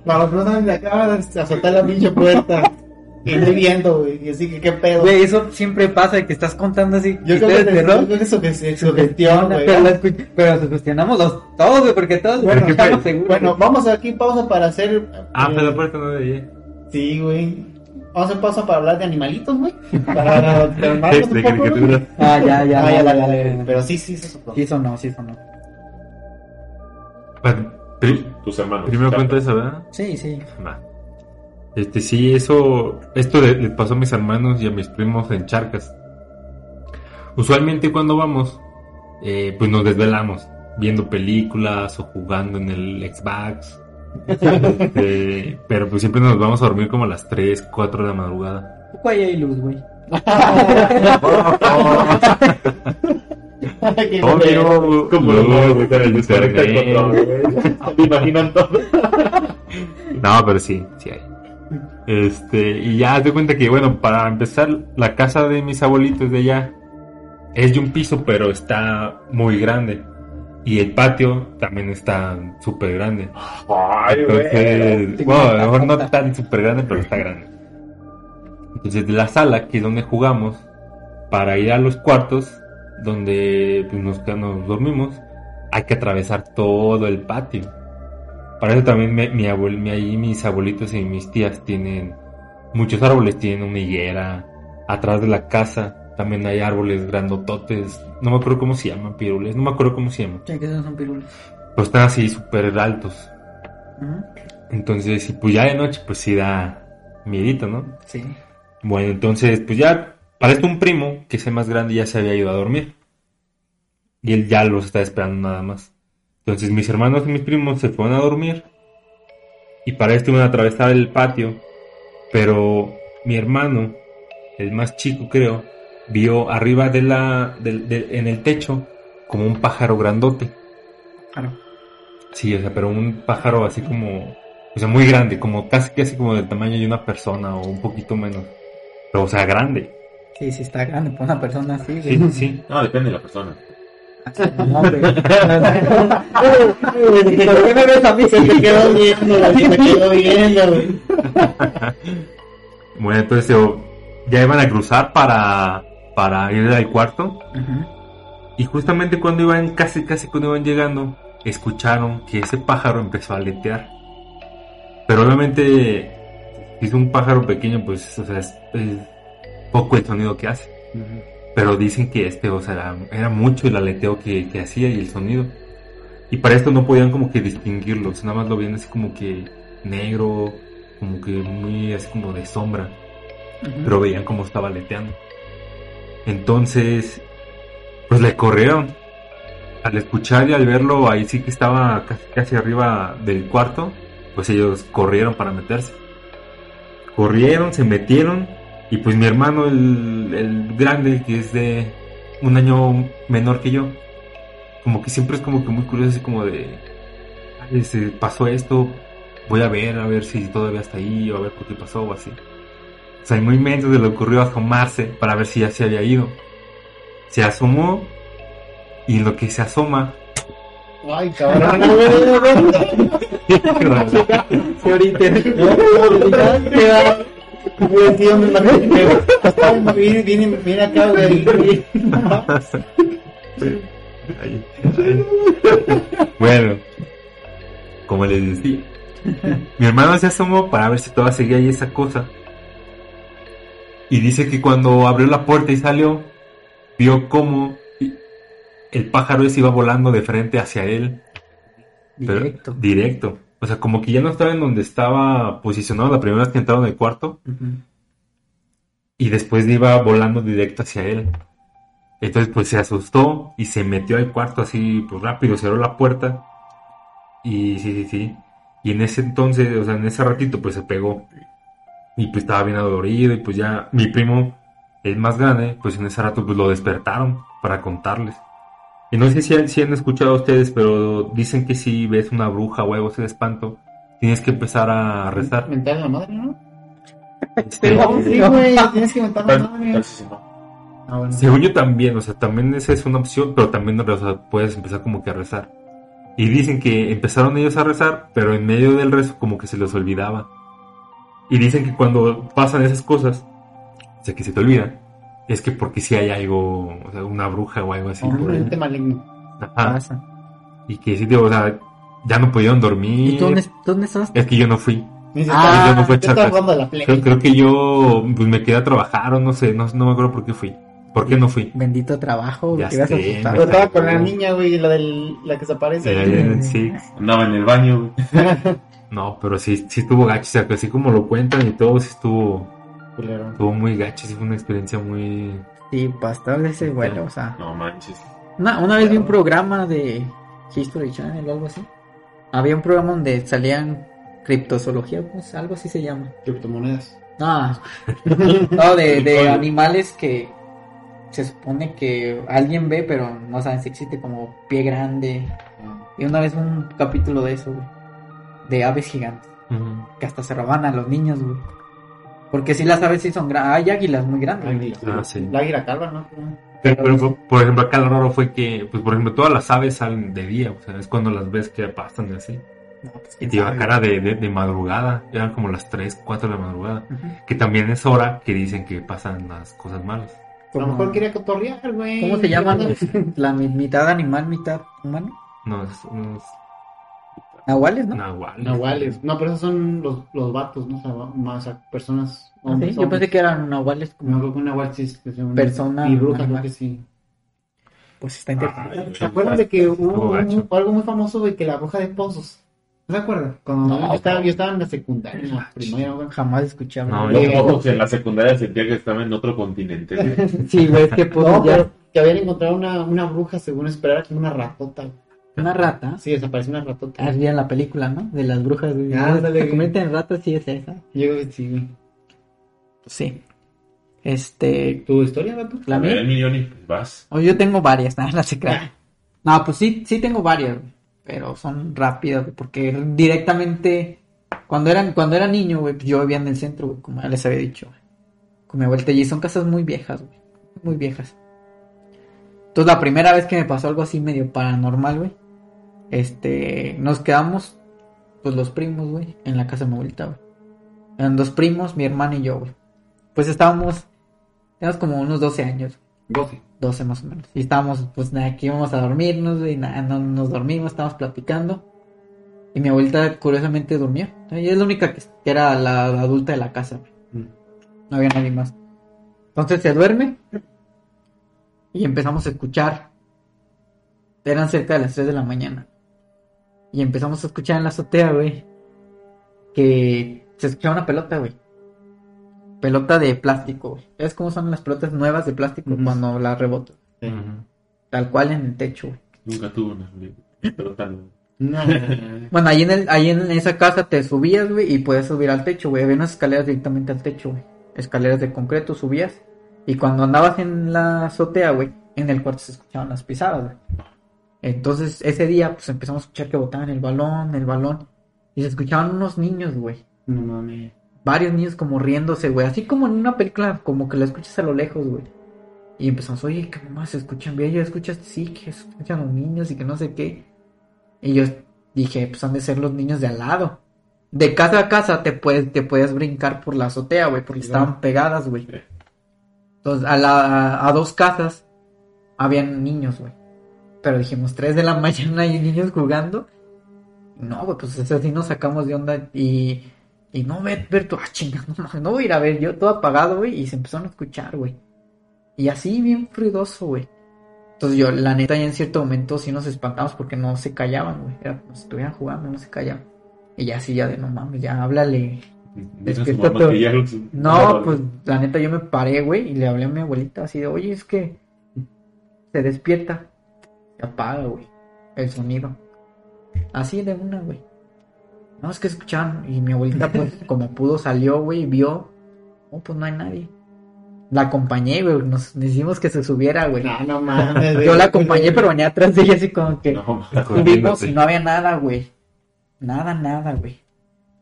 [SPEAKER 1] Para los no saben, le acaba de azotar la pinche puerta. quedé viendo, güey. Y así que, ¿qué pedo?
[SPEAKER 3] Güey, eso siempre pasa, que estás contando así.
[SPEAKER 1] yo creo que
[SPEAKER 3] historias de
[SPEAKER 1] te-
[SPEAKER 3] terror.
[SPEAKER 1] yo creo que su sugestión, güey.
[SPEAKER 3] Pero, las cu- pero sugestionamos los todos, güey, porque todos
[SPEAKER 1] Bueno,
[SPEAKER 3] bueno, estamos seguros.
[SPEAKER 1] Bueno, vamos aquí pausa para hacer.
[SPEAKER 4] Ah,
[SPEAKER 1] eh,
[SPEAKER 4] pero por eso no veía.
[SPEAKER 1] Sí, güey. Vamos a hacer pausa para hablar de animalitos, güey. Para calmarnos
[SPEAKER 4] De
[SPEAKER 3] pues,
[SPEAKER 1] un poco, güey.
[SPEAKER 4] caricaturas.
[SPEAKER 3] Ah, ya, ya.
[SPEAKER 1] Ah, ya,
[SPEAKER 3] ya,
[SPEAKER 1] dale,
[SPEAKER 3] ya,
[SPEAKER 1] dale,
[SPEAKER 3] ya,
[SPEAKER 1] dale.
[SPEAKER 3] ya.
[SPEAKER 1] Pero sí, sí, eso
[SPEAKER 3] Sí sonó, sí sonó. pues,
[SPEAKER 4] Pa- pri-
[SPEAKER 2] Tus hermanos.
[SPEAKER 4] Primero
[SPEAKER 2] Chapa.
[SPEAKER 4] cuento eso, ¿verdad?
[SPEAKER 3] Sí, sí.
[SPEAKER 4] Va. Este, sí, eso, esto le, le pasó a mis hermanos y a mis primos en charcas. Usualmente cuando vamos, eh, pues nos desvelamos, viendo películas o jugando en el Xbox. Este, pero pues siempre nos vamos a dormir como a las 3, 4 de la madrugada.
[SPEAKER 3] Poco ahí hay luz, güey.
[SPEAKER 1] Qué
[SPEAKER 4] Oh,
[SPEAKER 1] bueno.
[SPEAKER 4] Obvio,
[SPEAKER 2] Como
[SPEAKER 4] luz,
[SPEAKER 2] lo voy a buscar el desconecta el
[SPEAKER 4] internet.
[SPEAKER 2] control, güey. ¿Te imaginan todo?
[SPEAKER 4] No, pero sí, sí hay. Este, y ya te cuenta que, bueno, para empezar, la casa de mis abuelitos de allá es de un piso, pero está muy grande. Y el patio también está súper grande.
[SPEAKER 2] Ay, güey. eh,
[SPEAKER 4] Entonces, bueno, a lo mejor no tan súper grande, pero está grande. Entonces, de la sala, que es donde jugamos, para ir a los cuartos, donde pues, nos, nos dormimos, hay que atravesar todo el patio. Para eso también me- mi abuel, mi, ahí mis abuelitos y mis tías tienen muchos árboles, tienen una higuera. Atrás de la casa también hay árboles grandototes. No me acuerdo cómo se llaman, pirules. No me acuerdo cómo se llaman.
[SPEAKER 3] Sí, que esos son pirules.
[SPEAKER 4] Pero están así súper altos.
[SPEAKER 3] Ujú.
[SPEAKER 4] Entonces, y pues ya de noche, pues sí da miedito, ¿no?
[SPEAKER 3] Sí.
[SPEAKER 4] Bueno, entonces, pues ya, para esto un primo, que es el más grande, ya se había ido a dormir. Y él ya los está esperando nada más. Entonces, mis hermanos y mis primos se fueron a dormir. Y para esto iban a atravesar el patio. Pero mi hermano, el más chico creo, vio arriba de la, del- del- en el techo como un pájaro grandote.
[SPEAKER 3] Claro.
[SPEAKER 4] Sí, o sea, pero un pájaro así como, o sea, muy grande, como casi casi como del tamaño de una persona o un poquito menos. Pero, o sea, grande.
[SPEAKER 3] Sí, sí está grande por una persona así, güey.
[SPEAKER 4] Sí, sí.
[SPEAKER 2] No, depende de la persona.
[SPEAKER 3] Así, no, güey. ¿Por Pues, qué me ves a mí?
[SPEAKER 1] Se te quedó viendo, güey, se te quedó viendo, güey.
[SPEAKER 4] Bueno, entonces o- ya iban a cruzar para, para ir al cuarto.
[SPEAKER 3] Ujú.
[SPEAKER 4] Y justamente cuando iban, casi casi cuando iban llegando, escucharon que ese pájaro empezó a aletear. Pero obviamente, si es un pájaro pequeño, pues, o sea, es, es poco el sonido que hace. Pero dicen que este, o sea, era, era mucho el aleteo que, que hacía y el sonido. Y para esto no podían como que distinguirlo, o sea, nada más lo veían así como que negro, como que muy así como de sombra,
[SPEAKER 3] Ujú.
[SPEAKER 4] pero veían cómo estaba aleteando. Entonces, pues le corrieron. Al escuchar y al verlo, ahí sí que estaba casi, casi arriba del cuarto, pues ellos corrieron para meterse. Corrieron, se metieron, y pues mi hermano, el, el grande, el que es de un año menor que yo, como que siempre es como que muy curioso, así como de, "Ay, se pasó esto, voy a ver, a ver si todavía está ahí, o a ver por qué pasó, o así. O sea, y muy menso se le ocurrió asomarse para ver si ya se había ido. Se asomó, y en lo que se asoma,
[SPEAKER 1] Ay, cabrón, güey. Güey, tío, me imagino que- Ay, Viene, viene, viene acá, güey.
[SPEAKER 4] Ay, ay. Bueno, como les decía, mi hermano se asomó para ver si todavía seguía ahí esa cosa. Y dice que cuando abrió la puerta y salió, vio cómo el pájaro ese iba volando de frente hacia él. pero-
[SPEAKER 3] Directo.
[SPEAKER 4] Directo. O sea, como que ya no estaba en donde estaba posicionado la primera vez que entraron al cuarto
[SPEAKER 3] Ujú.
[SPEAKER 4] y después iba volando directo hacia él. Entonces pues se asustó y se metió al cuarto así pues rápido, cerró la puerta y sí, sí, sí. Y en ese entonces, o sea, en ese ratito pues se pegó y pues estaba bien adolorido y pues ya mi primo, el más grande, pues en ese rato pues lo despertaron para contarles. Y no sé si han, si han escuchado ustedes, pero dicen que si ves una bruja o algo así de espanto, tienes que empezar a rezar.
[SPEAKER 1] Mentar la madre, ¿no?
[SPEAKER 4] Este,
[SPEAKER 1] Sí, güey, tienes que mentar la madre.
[SPEAKER 2] Casi sí, no.
[SPEAKER 1] Ah, bueno.
[SPEAKER 4] Según yo también, o sea, también esa es una opción, pero también o sea, puedes empezar como que a rezar. Y dicen que empezaron ellos a rezar, pero en medio del rezo como que se les olvidaba. Y dicen que cuando pasan esas cosas, o sea, que se te olvida, es que porque si hay algo, o sea, una bruja o algo así.
[SPEAKER 1] Un
[SPEAKER 4] por ahí.
[SPEAKER 1] ente Este maligno.
[SPEAKER 4] Ajá.
[SPEAKER 3] pasa.
[SPEAKER 4] Y que sí, digo, o sea, ya no pudieron dormir.
[SPEAKER 3] ¿Y tú dónde, dónde estabas?
[SPEAKER 4] Es que yo no fui.
[SPEAKER 1] Y dices,
[SPEAKER 3] Ah,
[SPEAKER 4] yo no fui
[SPEAKER 1] yo estaba
[SPEAKER 4] Charcas.
[SPEAKER 1] jugando a la play.
[SPEAKER 4] Creo, creo que yo pues, me quedé a trabajar o no sé, no, no me acuerdo por qué fui. ¿Por qué no fui?
[SPEAKER 3] Bendito trabajo,
[SPEAKER 4] Ya
[SPEAKER 3] te ibas a
[SPEAKER 4] sé,
[SPEAKER 3] asustar.
[SPEAKER 1] Pero estaba con la niña, güey, la, del, la que se aparece.
[SPEAKER 4] Era ya en Six.
[SPEAKER 2] Andaba en el baño, güey.
[SPEAKER 4] No, pero sí, sí estuvo gacho, o sea, que así como lo cuentan y todo, sí estuvo,
[SPEAKER 1] Culero.
[SPEAKER 4] estuvo muy gacho, sí fue una experiencia muy...
[SPEAKER 3] Sí, pastor de ese vuelo, o sea.
[SPEAKER 2] No manches.
[SPEAKER 3] Una, una vez vi un programa de History Channel o algo así. Había un programa donde salían criptozoología, pues, algo así se llama.
[SPEAKER 1] Criptomonedas.
[SPEAKER 3] No, no de, de animales que se supone que alguien ve, pero no saben si existe como pie grande.
[SPEAKER 1] Ah,
[SPEAKER 3] Y una vez un capítulo de eso, güey. De aves gigantes. Que hasta se roban a los niños, güey. Porque si las aves sí son grandes. Hay águilas muy grandes. güey.
[SPEAKER 1] águila.
[SPEAKER 4] Ah, sí.
[SPEAKER 1] La águila calva, ¿no?
[SPEAKER 4] Pero, pero, por- por ejemplo, acá lo raro fue que, pues por ejemplo, todas las aves salen de día, o sea, es cuando las ves que pasan y así.
[SPEAKER 3] No, pues,
[SPEAKER 4] Y
[SPEAKER 3] quién
[SPEAKER 4] te iba
[SPEAKER 3] sabe.
[SPEAKER 4] cara de, de, de madrugada, eran como las 3, 4 de la madrugada,
[SPEAKER 3] Ujú.
[SPEAKER 4] que también es hora que dicen que pasan las cosas malas.
[SPEAKER 1] A lo
[SPEAKER 3] Como-
[SPEAKER 1] mejor quería cotorrear, güey.
[SPEAKER 3] ¿Cómo se llaman? La mi- mitad animal, mitad humano.
[SPEAKER 4] No, es unos
[SPEAKER 3] Nahuales, ¿no?
[SPEAKER 4] nahuales.
[SPEAKER 1] Nahuales. No, pero esos son los, los vatos, ¿no? O sea, más a personas.
[SPEAKER 3] Ah, sí,
[SPEAKER 1] Hombres,
[SPEAKER 3] Yo pensé que eran nahuales como...
[SPEAKER 1] No, creo que un nahual sí es. es un-
[SPEAKER 3] Persona,
[SPEAKER 1] Y bruja,
[SPEAKER 3] animal.
[SPEAKER 1] creo que sí.
[SPEAKER 3] Pues está
[SPEAKER 2] interesante.
[SPEAKER 3] interesante.
[SPEAKER 2] Ay,
[SPEAKER 1] ¿Se acuerdan de que hubo
[SPEAKER 4] Estuvo gacho.
[SPEAKER 1] un- fue algo muy famoso, güey, que la bruja de pozos? ¿No se acuerdan? Cuando
[SPEAKER 3] No,
[SPEAKER 1] yo, estaba,
[SPEAKER 3] no.
[SPEAKER 1] yo estaba en la secundaria, en la primaria, güey.
[SPEAKER 3] Jamás escuché hablar.
[SPEAKER 4] No,
[SPEAKER 2] Los
[SPEAKER 3] de
[SPEAKER 1] yo-
[SPEAKER 3] eso.
[SPEAKER 2] mocos en la secundaria sentía que estaba en otro continente, güey.
[SPEAKER 3] Sí, güey, es que pudo
[SPEAKER 1] No,
[SPEAKER 3] ya-
[SPEAKER 1] pero que habían encontrado una, una bruja, según esperara, que una ratota. güey.
[SPEAKER 3] Una rata.
[SPEAKER 1] Sí, desapareció una ratota.
[SPEAKER 3] Ah, sí, en la película, ¿no? De las brujas, güey.
[SPEAKER 1] Ándale,
[SPEAKER 3] Se
[SPEAKER 1] güey.
[SPEAKER 3] convierten en ratas, sí es esa.
[SPEAKER 1] Yo, güey, sí, güey.
[SPEAKER 3] Sí. Este...
[SPEAKER 1] ¿Tu historia, gato?
[SPEAKER 3] ¿La
[SPEAKER 2] A ver,
[SPEAKER 3] mía?
[SPEAKER 2] Emilioni, pues vas.
[SPEAKER 3] Oh, yo tengo varias, nada, no se crean. No, pues sí, sí tengo varias, güey, pero son rápidas, güey, porque directamente, cuando eran, cuando era niño, güey, pues yo vivía en el centro, güey, como ya les había dicho, güey, con mi abuelita y son casas muy viejas, güey, muy viejas. Entonces la primera vez que me pasó algo así medio paranormal, güey, este, nos quedamos, pues los primos, güey, en la casa de mi abuelita, güey. Eran dos primos, mi hermana y yo, güey. Pues estábamos, teníamos como unos 12 años.
[SPEAKER 1] 12.
[SPEAKER 3] 12 más o menos. Y estábamos, pues nada, aquí íbamos a dormirnos, y nada, no nos dormimos, estábamos platicando. Y mi abuelita curiosamente durmió. Ella es la única que, que era la adulta de la casa.
[SPEAKER 1] Mm.
[SPEAKER 3] No había nadie más. Entonces se duerme y empezamos a escuchar. Eran cerca de las 3 de la mañana. Y empezamos a escuchar en la azotea, güey. Que se escuchaba una pelota, güey. Pelota de plástico, güey. ¿Sabes cómo son las pelotas nuevas de plástico
[SPEAKER 1] Ujú.
[SPEAKER 3] cuando las rebotas?
[SPEAKER 4] Ujú.
[SPEAKER 3] Tal cual en el techo, güey.
[SPEAKER 2] Nunca tuve una, güey. Pero tan...
[SPEAKER 1] No,
[SPEAKER 3] Bueno, ahí en, el, ahí en esa casa te subías, güey, y podías subir al techo, güey. Había unas escaleras directamente al techo, güey. Escaleras de concreto, subías. Y cuando andabas en la azotea, güey, en el cuarto se escuchaban las pisadas, güey. Entonces, ese día, pues empezamos a escuchar que botaban el balón, el balón. Y se escuchaban unos niños, güey.
[SPEAKER 1] no mames.
[SPEAKER 3] Varios niños como riéndose, güey. Así como en una película, como que la escuchas a lo lejos, güey. Y empezamos, oye, que mamá se escuchan bien. Yo escuchas, sí, que se escuchan los niños y que no sé qué. Y yo dije, pues han de ser los niños de al lado. De casa a casa te puedes, te puedes brincar por la azotea, güey, porque
[SPEAKER 1] Sí,
[SPEAKER 3] estaban pegadas, güey. Entonces, a, la, a dos casas habían niños, güey. Pero dijimos, tres de la mañana hay niños jugando. No, güey, pues eso sí nos sacamos de onda. Y, y no, ver, ver tú, ah, chinga, no mames, no voy a ir a ver, yo todo apagado, güey. Y se empezaron a escuchar, güey. Y así, bien ruidoso, güey. Entonces yo, la neta, ya en cierto momento sí nos espantamos porque no se callaban, güey. Era como si estuvieran jugando, no se callaban. Y ya sí, ya de no mames, ya háblale.
[SPEAKER 2] Dice su
[SPEAKER 3] Despierta
[SPEAKER 2] mamá
[SPEAKER 3] todo.
[SPEAKER 2] que ya los-
[SPEAKER 3] No, pues la neta yo me paré, güey, y le hablé a mi abuelita así de, oye, es que se despierta, se apaga, güey, el sonido. Así de una, güey. No, es que escucharon, y mi abuelita pues como pudo salió, güey, y vio, oh, pues no hay nadie. La acompañé, güey, nos decimos que se subiera, güey.
[SPEAKER 1] No, no mames. güey.
[SPEAKER 3] Yo la acompañé, pero venía atrás de ella así como que...
[SPEAKER 2] No,
[SPEAKER 3] Subimos y
[SPEAKER 4] Corriéndote.
[SPEAKER 3] no había nada, güey. Nada, nada, güey.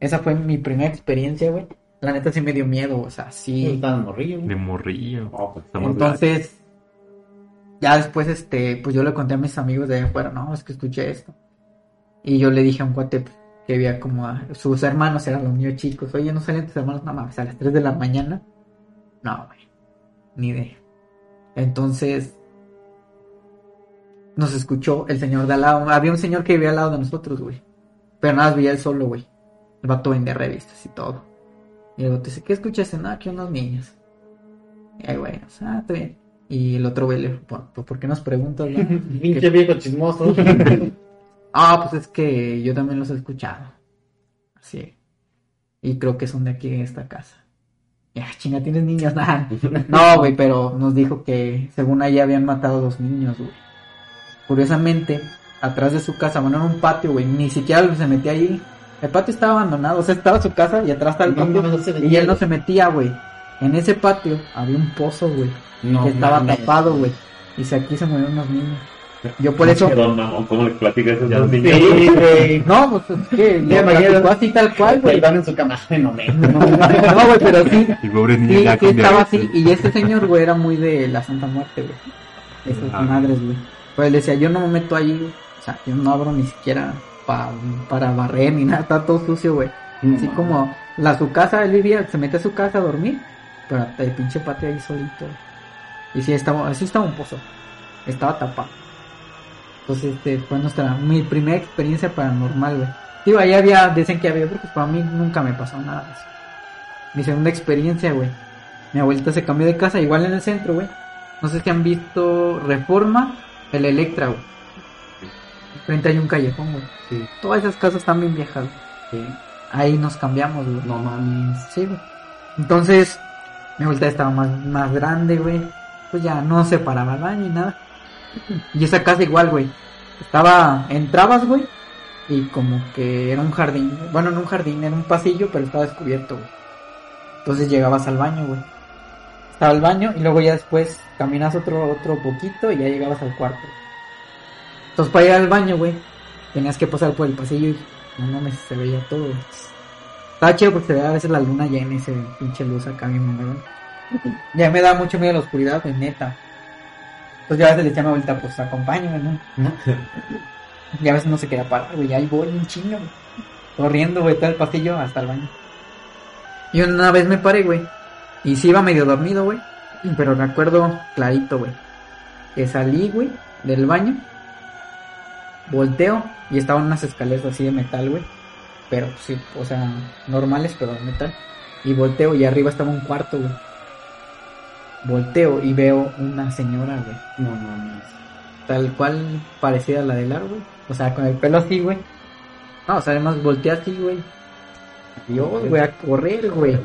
[SPEAKER 3] Esa fue mi primera experiencia, güey. La neta sí me dio miedo, o sea,
[SPEAKER 1] Yo
[SPEAKER 3] sí.
[SPEAKER 1] estaba morrillo, güey.
[SPEAKER 4] De morrillo.
[SPEAKER 2] no, pues,
[SPEAKER 4] Está más
[SPEAKER 3] Entonces, ya después, este, pues yo le conté a mis amigos de allá afuera, no, es que escuché esto. Y yo le dije a un cuate, que había como a sus hermanos, eran los míos chicos. Oye, no salen tus hermanos, no mames, a las 3 de la mañana. No, güey, ni idea. Entonces, nos escuchó el señor de al lado. Había un señor que vivía al lado de nosotros, güey. Pero nada, más veía él solo, güey. El vato vendía revistas y todo. Y el vato dice, ¿qué escuchas? Nada, que unos niños. Y ahí, güey, o sea, ah, está bien. Y el otro güey le dijo, "Por- por- ¿por qué nos preguntas? no?"
[SPEAKER 1] Pinche viejo chismoso.
[SPEAKER 3] Ah, pues es que yo también los he escuchado. Así. Y creo que son de aquí, de esta casa. Ya, chinga, tienes niños, nada. No, güey, pero nos dijo que según allá habían matado dos niños, güey. Curiosamente, atrás de su casa, bueno, en un patio, güey, ni siquiera se metía allí. El patio estaba abandonado, o sea, estaba su casa y atrás estaba el
[SPEAKER 1] No,
[SPEAKER 3] patio.
[SPEAKER 1] no, no se
[SPEAKER 3] y
[SPEAKER 1] metía.
[SPEAKER 3] él no se metía, güey. En ese patio había un pozo, güey,
[SPEAKER 1] No,
[SPEAKER 3] que estaba
[SPEAKER 1] mames.
[SPEAKER 3] tapado, güey. Y si aquí se murieron unos niños. Yo por eso
[SPEAKER 2] Perdón, mamón, ¿cómo les platicas eso a
[SPEAKER 4] Ya
[SPEAKER 2] los
[SPEAKER 4] sé.
[SPEAKER 2] niños?
[SPEAKER 1] Sí, güey.
[SPEAKER 3] no, pues es que
[SPEAKER 1] Ya,
[SPEAKER 3] lo
[SPEAKER 1] mañana.
[SPEAKER 3] platicó así tal cual, güey.
[SPEAKER 1] Perdón en su cama. No, me.
[SPEAKER 3] No, güey, pero sí,
[SPEAKER 4] Y pobre niño
[SPEAKER 3] sí,
[SPEAKER 4] ya
[SPEAKER 3] sí
[SPEAKER 4] con
[SPEAKER 3] estaba así.
[SPEAKER 4] diabetes.
[SPEAKER 3] Y ese señor, güey, era muy de la Santa Muerte, güey. Esas
[SPEAKER 4] Ah.
[SPEAKER 3] madres, güey. Pues él decía, yo no me meto ahí, güey. o sea, yo no abro ni siquiera pa- para barrer ni nada, está todo sucio, güey. Así como la su casa, él vivía, se mete a su casa a dormir, pero hasta el pinche patio ahí solito. güey. Y sí estaba, así estaba un pozo, estaba tapado. Entonces, este, fue nuestra, mi primera experiencia paranormal, güey. Digo, ahí había, dicen que había porque para mí nunca me pasó nada de eso. Mi segunda experiencia, güey. Mi abuelita se cambió de casa, igual en el centro, güey. No sé si han visto Reforma, el Electra, güey. Frente hay un callejón, güey.
[SPEAKER 1] Sí.
[SPEAKER 3] Todas esas casas están bien viejas, güey.
[SPEAKER 1] Sí.
[SPEAKER 3] Ahí nos cambiamos, güey.
[SPEAKER 1] No mames.
[SPEAKER 3] Sí, güey. Entonces, mi abuelita estaba más, más grande, güey. Pues ya no se paraba al baño ni nada. Y esa casa igual, güey. Estaba, entrabas, güey. Y como que era un jardín. güey. Bueno, no un jardín, era un pasillo, pero estaba descubierto, güey. Entonces llegabas al baño, güey. Estaba al baño y luego ya después caminas otro, otro poquito y ya llegabas al cuarto. güey. Entonces para ir al baño, güey, tenías que pasar por el pasillo y no mames, se veía todo. güey. Estaba chido porque se veía a veces la luna llena y se ve pinche luz acá bien mamalón. Ya me da mucho miedo la oscuridad, pues neta. Entonces ya a veces le llama vuelta, pues acompáñame, ¿no? Ya a veces no se queda parar, güey, ahí voy un chingo, güey. Corriendo, güey, todo el pasillo hasta el baño. Y una vez me paré, güey. Y sí iba medio dormido, güey. Pero recuerdo clarito, güey. Que salí, güey, del baño. Volteo y estaban unas escaleras así de metal, güey. Pero sí, o sea, normales, pero de metal. Y volteo y arriba estaba un cuarto, güey. Volteo y veo una señora, güey.
[SPEAKER 1] No mames.
[SPEAKER 3] Tal cual parecida a la del árbol. O sea, con el pelo así, güey. No, o sea, además volteé así, güey. Yo voy a correr, güey.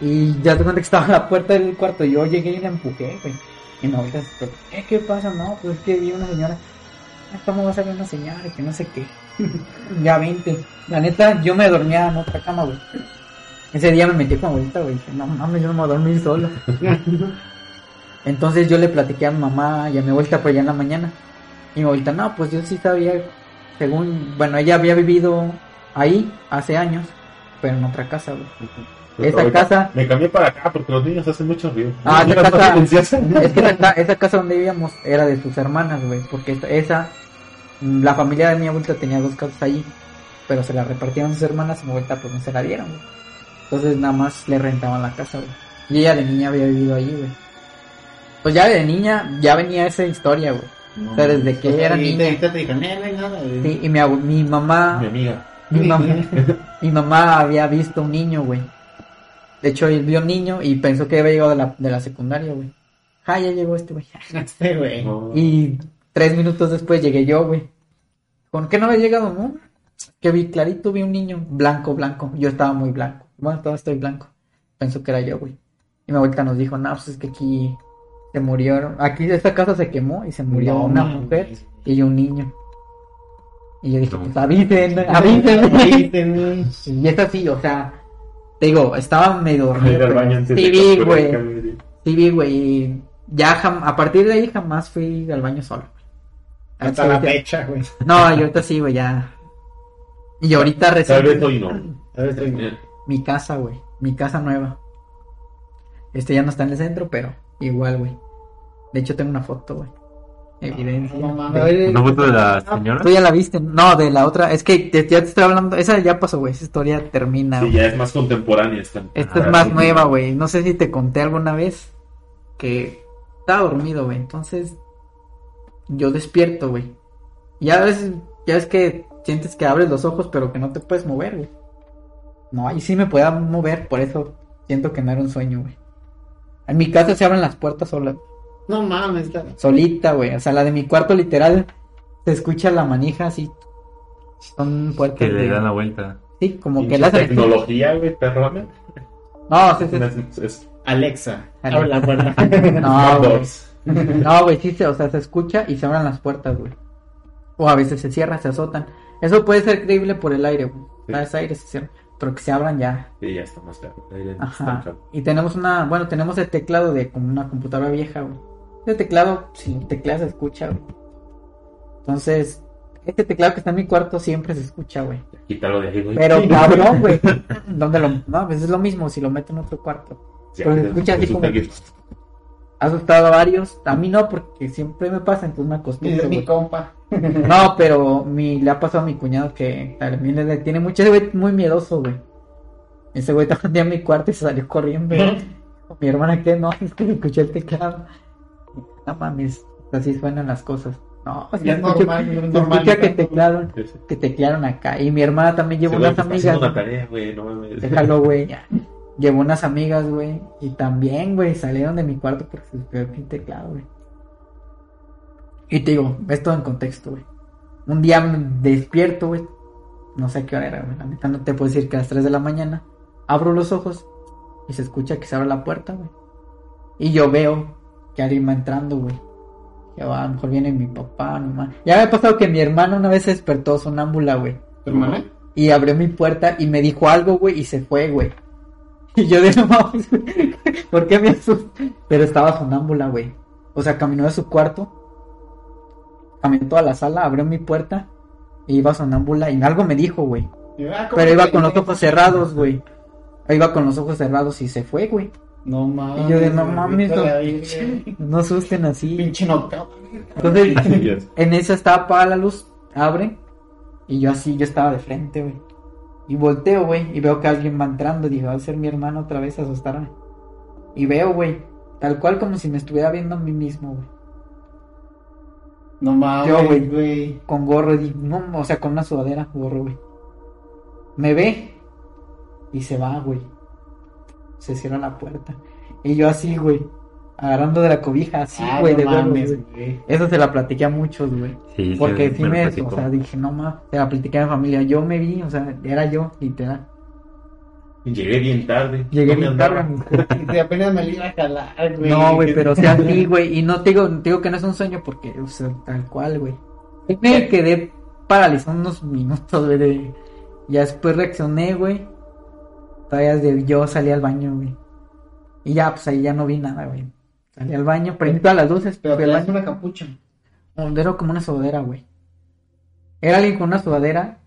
[SPEAKER 3] Y ya te cuenta que estaba en la puerta del cuarto. Yo llegué y la empujé, güey. Y me volteé así, pero, "Eh, ¿qué pasa? No, pues es que vi una señora. "Ah, ¿Cómo vas a ver una señora? Que no sé qué. ya 20. La neta, yo me dormía en otra cama, güey. Ese día me metí con mi abuelita, güey. Dije, no mames, yo no me voy a dormir solo. Entonces yo le platiqué a mi mamá y a mi abuelita por allá en la mañana. Y mi abuelita, no, pues yo sí sabía, según, bueno, ella había vivido ahí hace años, pero en otra casa, güey. Esa
[SPEAKER 2] Pues Ahorita
[SPEAKER 3] casa-
[SPEAKER 2] Me cambié para acá porque los niños hacen mucho ruido.
[SPEAKER 3] Ah,
[SPEAKER 2] Los
[SPEAKER 3] esa
[SPEAKER 2] niños no
[SPEAKER 3] casa-
[SPEAKER 2] silencian.
[SPEAKER 3] Es que esa, esa casa donde vivíamos era de sus hermanas, güey, porque esa, esa- la familia de mi abuelita tenía dos casas ahí, pero se la repartieron sus hermanas y mi abuelita pues no se la dieron, güey. Entonces nada más le rentaban la casa, güey. Y ella de niña había vivido ahí, güey. Pues ya de niña, ya venía esa historia, güey.
[SPEAKER 1] No,
[SPEAKER 3] O sea, desde que era
[SPEAKER 1] y
[SPEAKER 3] niña.
[SPEAKER 1] Te, te dijeron, eh, no hay nada. güey".
[SPEAKER 3] Sí, y mi, abu- mi mamá,
[SPEAKER 2] Mi amiga.
[SPEAKER 3] mi mamá, mi mamá había visto un niño, güey. De hecho, él vio un niño y pensó que había llegado de la, de la secundaria, güey. Ah, ya llegó este, güey.
[SPEAKER 1] Este, güey.
[SPEAKER 2] No.
[SPEAKER 3] Y tres minutos después llegué yo, güey. ¿Con qué no había llegado, no? Que vi clarito, vi un niño blanco, blanco. Yo estaba muy blanco. Bueno, todavía estoy blanco. Pensó que era yo, güey. Y mi abuelita nos dijo, no, pues es que aquí se murieron. Aquí esta casa se quemó y se murió
[SPEAKER 1] No,
[SPEAKER 3] una
[SPEAKER 1] mames.
[SPEAKER 3] mujer y un niño. Y yo dije,
[SPEAKER 4] No.
[SPEAKER 3] pues avisen, avisen. güey".
[SPEAKER 1] Avisen.
[SPEAKER 3] y es así, o sea, te digo, estaba medio
[SPEAKER 2] Voy a ir
[SPEAKER 3] dormido.
[SPEAKER 2] al baño
[SPEAKER 3] pero
[SPEAKER 2] antes
[SPEAKER 3] Sí,
[SPEAKER 2] de que
[SPEAKER 3] vi,
[SPEAKER 2] ocurra el
[SPEAKER 3] güey.
[SPEAKER 2] cambio.
[SPEAKER 3] Sí, vi, güey. y Ya jam- a partir de ahí jamás fui al baño solo. güey.
[SPEAKER 1] Hasta la fecha, güey.
[SPEAKER 3] No, y ahorita sí, güey, ya. Y ahorita
[SPEAKER 2] Tal
[SPEAKER 3] recién
[SPEAKER 2] vez hoy no.
[SPEAKER 1] A ver, estoy-
[SPEAKER 3] mi casa, güey. Mi casa nueva. Este ya no está en el centro, pero igual, güey. De hecho, tengo una foto, güey. Evidencia.
[SPEAKER 1] No, no, no,
[SPEAKER 3] A ver,
[SPEAKER 4] ¿Una foto de la
[SPEAKER 3] ah,
[SPEAKER 4] señora?
[SPEAKER 3] Tú ya la viste. No, de la otra. Es que te- ya te estoy hablando. Esa ya pasó, güey. Esa historia termina.
[SPEAKER 2] Sí,
[SPEAKER 3] güey.
[SPEAKER 2] ya es más contemporánea esta.
[SPEAKER 3] Esta es
[SPEAKER 4] Ah,
[SPEAKER 3] más
[SPEAKER 4] sí.
[SPEAKER 3] nueva, güey. No sé si te conté alguna vez que estaba dormido, güey. Entonces yo despierto, güey. Ya ves, ya es que sientes que abres los ojos, pero que no te puedes mover, güey. No, ahí sí me pueda mover, por eso siento que no era un sueño, güey. En mi casa se abren las puertas sola,
[SPEAKER 1] No mames, está.
[SPEAKER 3] solita, güey. O sea, la de mi cuarto literal se escucha la manija así. Son puertas
[SPEAKER 4] Que le
[SPEAKER 3] de-
[SPEAKER 4] dan la vuelta.
[SPEAKER 3] Sí, como que
[SPEAKER 2] Pinche
[SPEAKER 3] las
[SPEAKER 2] tecnología, güey, perrona.
[SPEAKER 3] No, sí, sí, sí.
[SPEAKER 2] Es- es-
[SPEAKER 1] Alexa,
[SPEAKER 3] Alexa.
[SPEAKER 1] abre la puerta.
[SPEAKER 3] No, güey.
[SPEAKER 2] Dogs.
[SPEAKER 3] No, güey, sí, se- o sea, se escucha y se abran las puertas, güey. O a veces se cierran, se azotan. Eso puede ser creíble por el aire, güey.
[SPEAKER 2] Sí.
[SPEAKER 3] Las aire se cierran, pero que se abran ya.
[SPEAKER 2] Sí, ya está más claro.
[SPEAKER 4] Ahí le-
[SPEAKER 3] Ajá. Y tenemos una, bueno, tenemos el teclado de como una computadora vieja, güey. Ese teclado, si teclado se escucha, güey. Entonces, este teclado que está en mi cuarto siempre se escucha, güey.
[SPEAKER 2] Quítalo de ahí, güey.
[SPEAKER 3] Pero cabrón, güey. ¿Dónde lo.? No, pues es lo mismo si lo meto en otro cuarto.
[SPEAKER 2] Sí,
[SPEAKER 3] pero se pues, escucha así
[SPEAKER 2] resulta
[SPEAKER 3] como-
[SPEAKER 2] que-
[SPEAKER 3] Ha asustado a varios. A mí no, porque siempre me pasa, entonces me
[SPEAKER 1] Es
[SPEAKER 3] acostumbro.
[SPEAKER 1] mi
[SPEAKER 3] güey.
[SPEAKER 1] compa.
[SPEAKER 3] No, pero mi, le ha pasado a mi cuñado que también le- le tiene mucho. Ese güey es muy miedoso, güey. Ese güey estaba un día en mi cuarto y se salió corriendo. güey. mi hermana que no, es que escuché el teclado. No mames, así suenan las cosas. No, es que
[SPEAKER 1] Ya es
[SPEAKER 3] escucho-
[SPEAKER 1] normal, ya es
[SPEAKER 3] se
[SPEAKER 1] normal.
[SPEAKER 3] escucha que teclaron,
[SPEAKER 2] Sí, sí.
[SPEAKER 3] que teclaron acá. Y mi hermana también llevó
[SPEAKER 2] Seguro
[SPEAKER 3] unas
[SPEAKER 2] que está haciendo una
[SPEAKER 3] amigas. güey.
[SPEAKER 2] tarea, güey, no mames.
[SPEAKER 3] Déjalo, güey. ya. Llevó unas amigas, güey. Y también, güey, salieron de mi cuarto porque se escuchó el teclado, güey. Y te digo, ves todo en contexto, güey. Un día me despierto, güey. No sé a qué hora era, güey. La neta no te puedo decir que a las 3 de la mañana. Abro los ojos y se escucha que se abre la puerta, güey. Y yo veo que alguien va entrando, güey. Que va, a lo mejor viene mi papá, mi mamá. Ya me ha pasado que mi hermana una vez se despertó sonámbula, güey.
[SPEAKER 1] ¿Tu hermana?
[SPEAKER 3] Y abrió mi puerta y me dijo algo, güey, y se fue, güey. Y yo de no mames, güey, ¿por qué me asusté? Pero estaba sonámbula, güey. O sea, caminó de su cuarto, caminó toda la sala, abrió mi puerta, y iba sonámbula, y algo me dijo, güey.
[SPEAKER 1] Ah,
[SPEAKER 3] Pero iba con los ojos cerrados, güey. Iba con los ojos cerrados y se fue, güey.
[SPEAKER 1] No mames.
[SPEAKER 3] Y yo de no mames,
[SPEAKER 1] vete a
[SPEAKER 3] no.
[SPEAKER 1] la virgen.
[SPEAKER 3] No asusten así.
[SPEAKER 1] Pinche knockout.
[SPEAKER 3] Entonces,
[SPEAKER 2] Sí, ya sé.
[SPEAKER 3] En esa estaba apagada la luz, abre. Y yo así, yo estaba de frente, güey. Y volteo, güey, y veo que alguien va entrando. Dije, va a ser mi hermano otra vez a asustarme. Y veo, güey, tal cual como si me estuviera viendo a mí mismo, güey.
[SPEAKER 1] No mames,
[SPEAKER 3] Yo, güey.
[SPEAKER 1] güey.
[SPEAKER 3] Con gorro, y, no, o sea, con una sudadera, gorro, güey. Me ve y se va, güey. Se cierra la puerta. Y yo así, güey, agarrando de la cobija, así,
[SPEAKER 1] Ay,
[SPEAKER 3] güey,
[SPEAKER 1] Ah, no
[SPEAKER 3] de huevos,
[SPEAKER 1] mames,
[SPEAKER 3] güey.
[SPEAKER 1] güey.
[SPEAKER 3] Eso se la platiqué a muchos, güey.
[SPEAKER 4] Sí, sí,
[SPEAKER 3] Porque sí
[SPEAKER 4] lo
[SPEAKER 3] me,
[SPEAKER 4] platicó.
[SPEAKER 3] o sea, dije, no más, te la platiqué a mi familia, yo me vi, o sea, era yo, literal.
[SPEAKER 2] Llegué bien tarde. ¿Dónde
[SPEAKER 3] Llegué bien
[SPEAKER 2] andaba?
[SPEAKER 3] tarde a mi
[SPEAKER 1] Si apenas me la iba a jalar, güey.
[SPEAKER 3] No, güey, pero o sea, sí, güey, y no te digo, te digo que no es un sueño porque, o sea, tal cual, güey. Y Me quedé paralizado unos minutos, güey, de- ya después reaccioné, güey. Todavía de- yo salí al baño, güey. Y ya, pues ahí ya no vi nada, güey. Salí al baño, prendí todas las luces,
[SPEAKER 1] Pero
[SPEAKER 3] fui
[SPEAKER 1] te
[SPEAKER 3] al
[SPEAKER 1] das
[SPEAKER 3] baño.
[SPEAKER 1] una capucha.
[SPEAKER 3] Era como una sudadera, güey. Era alguien con una sudadera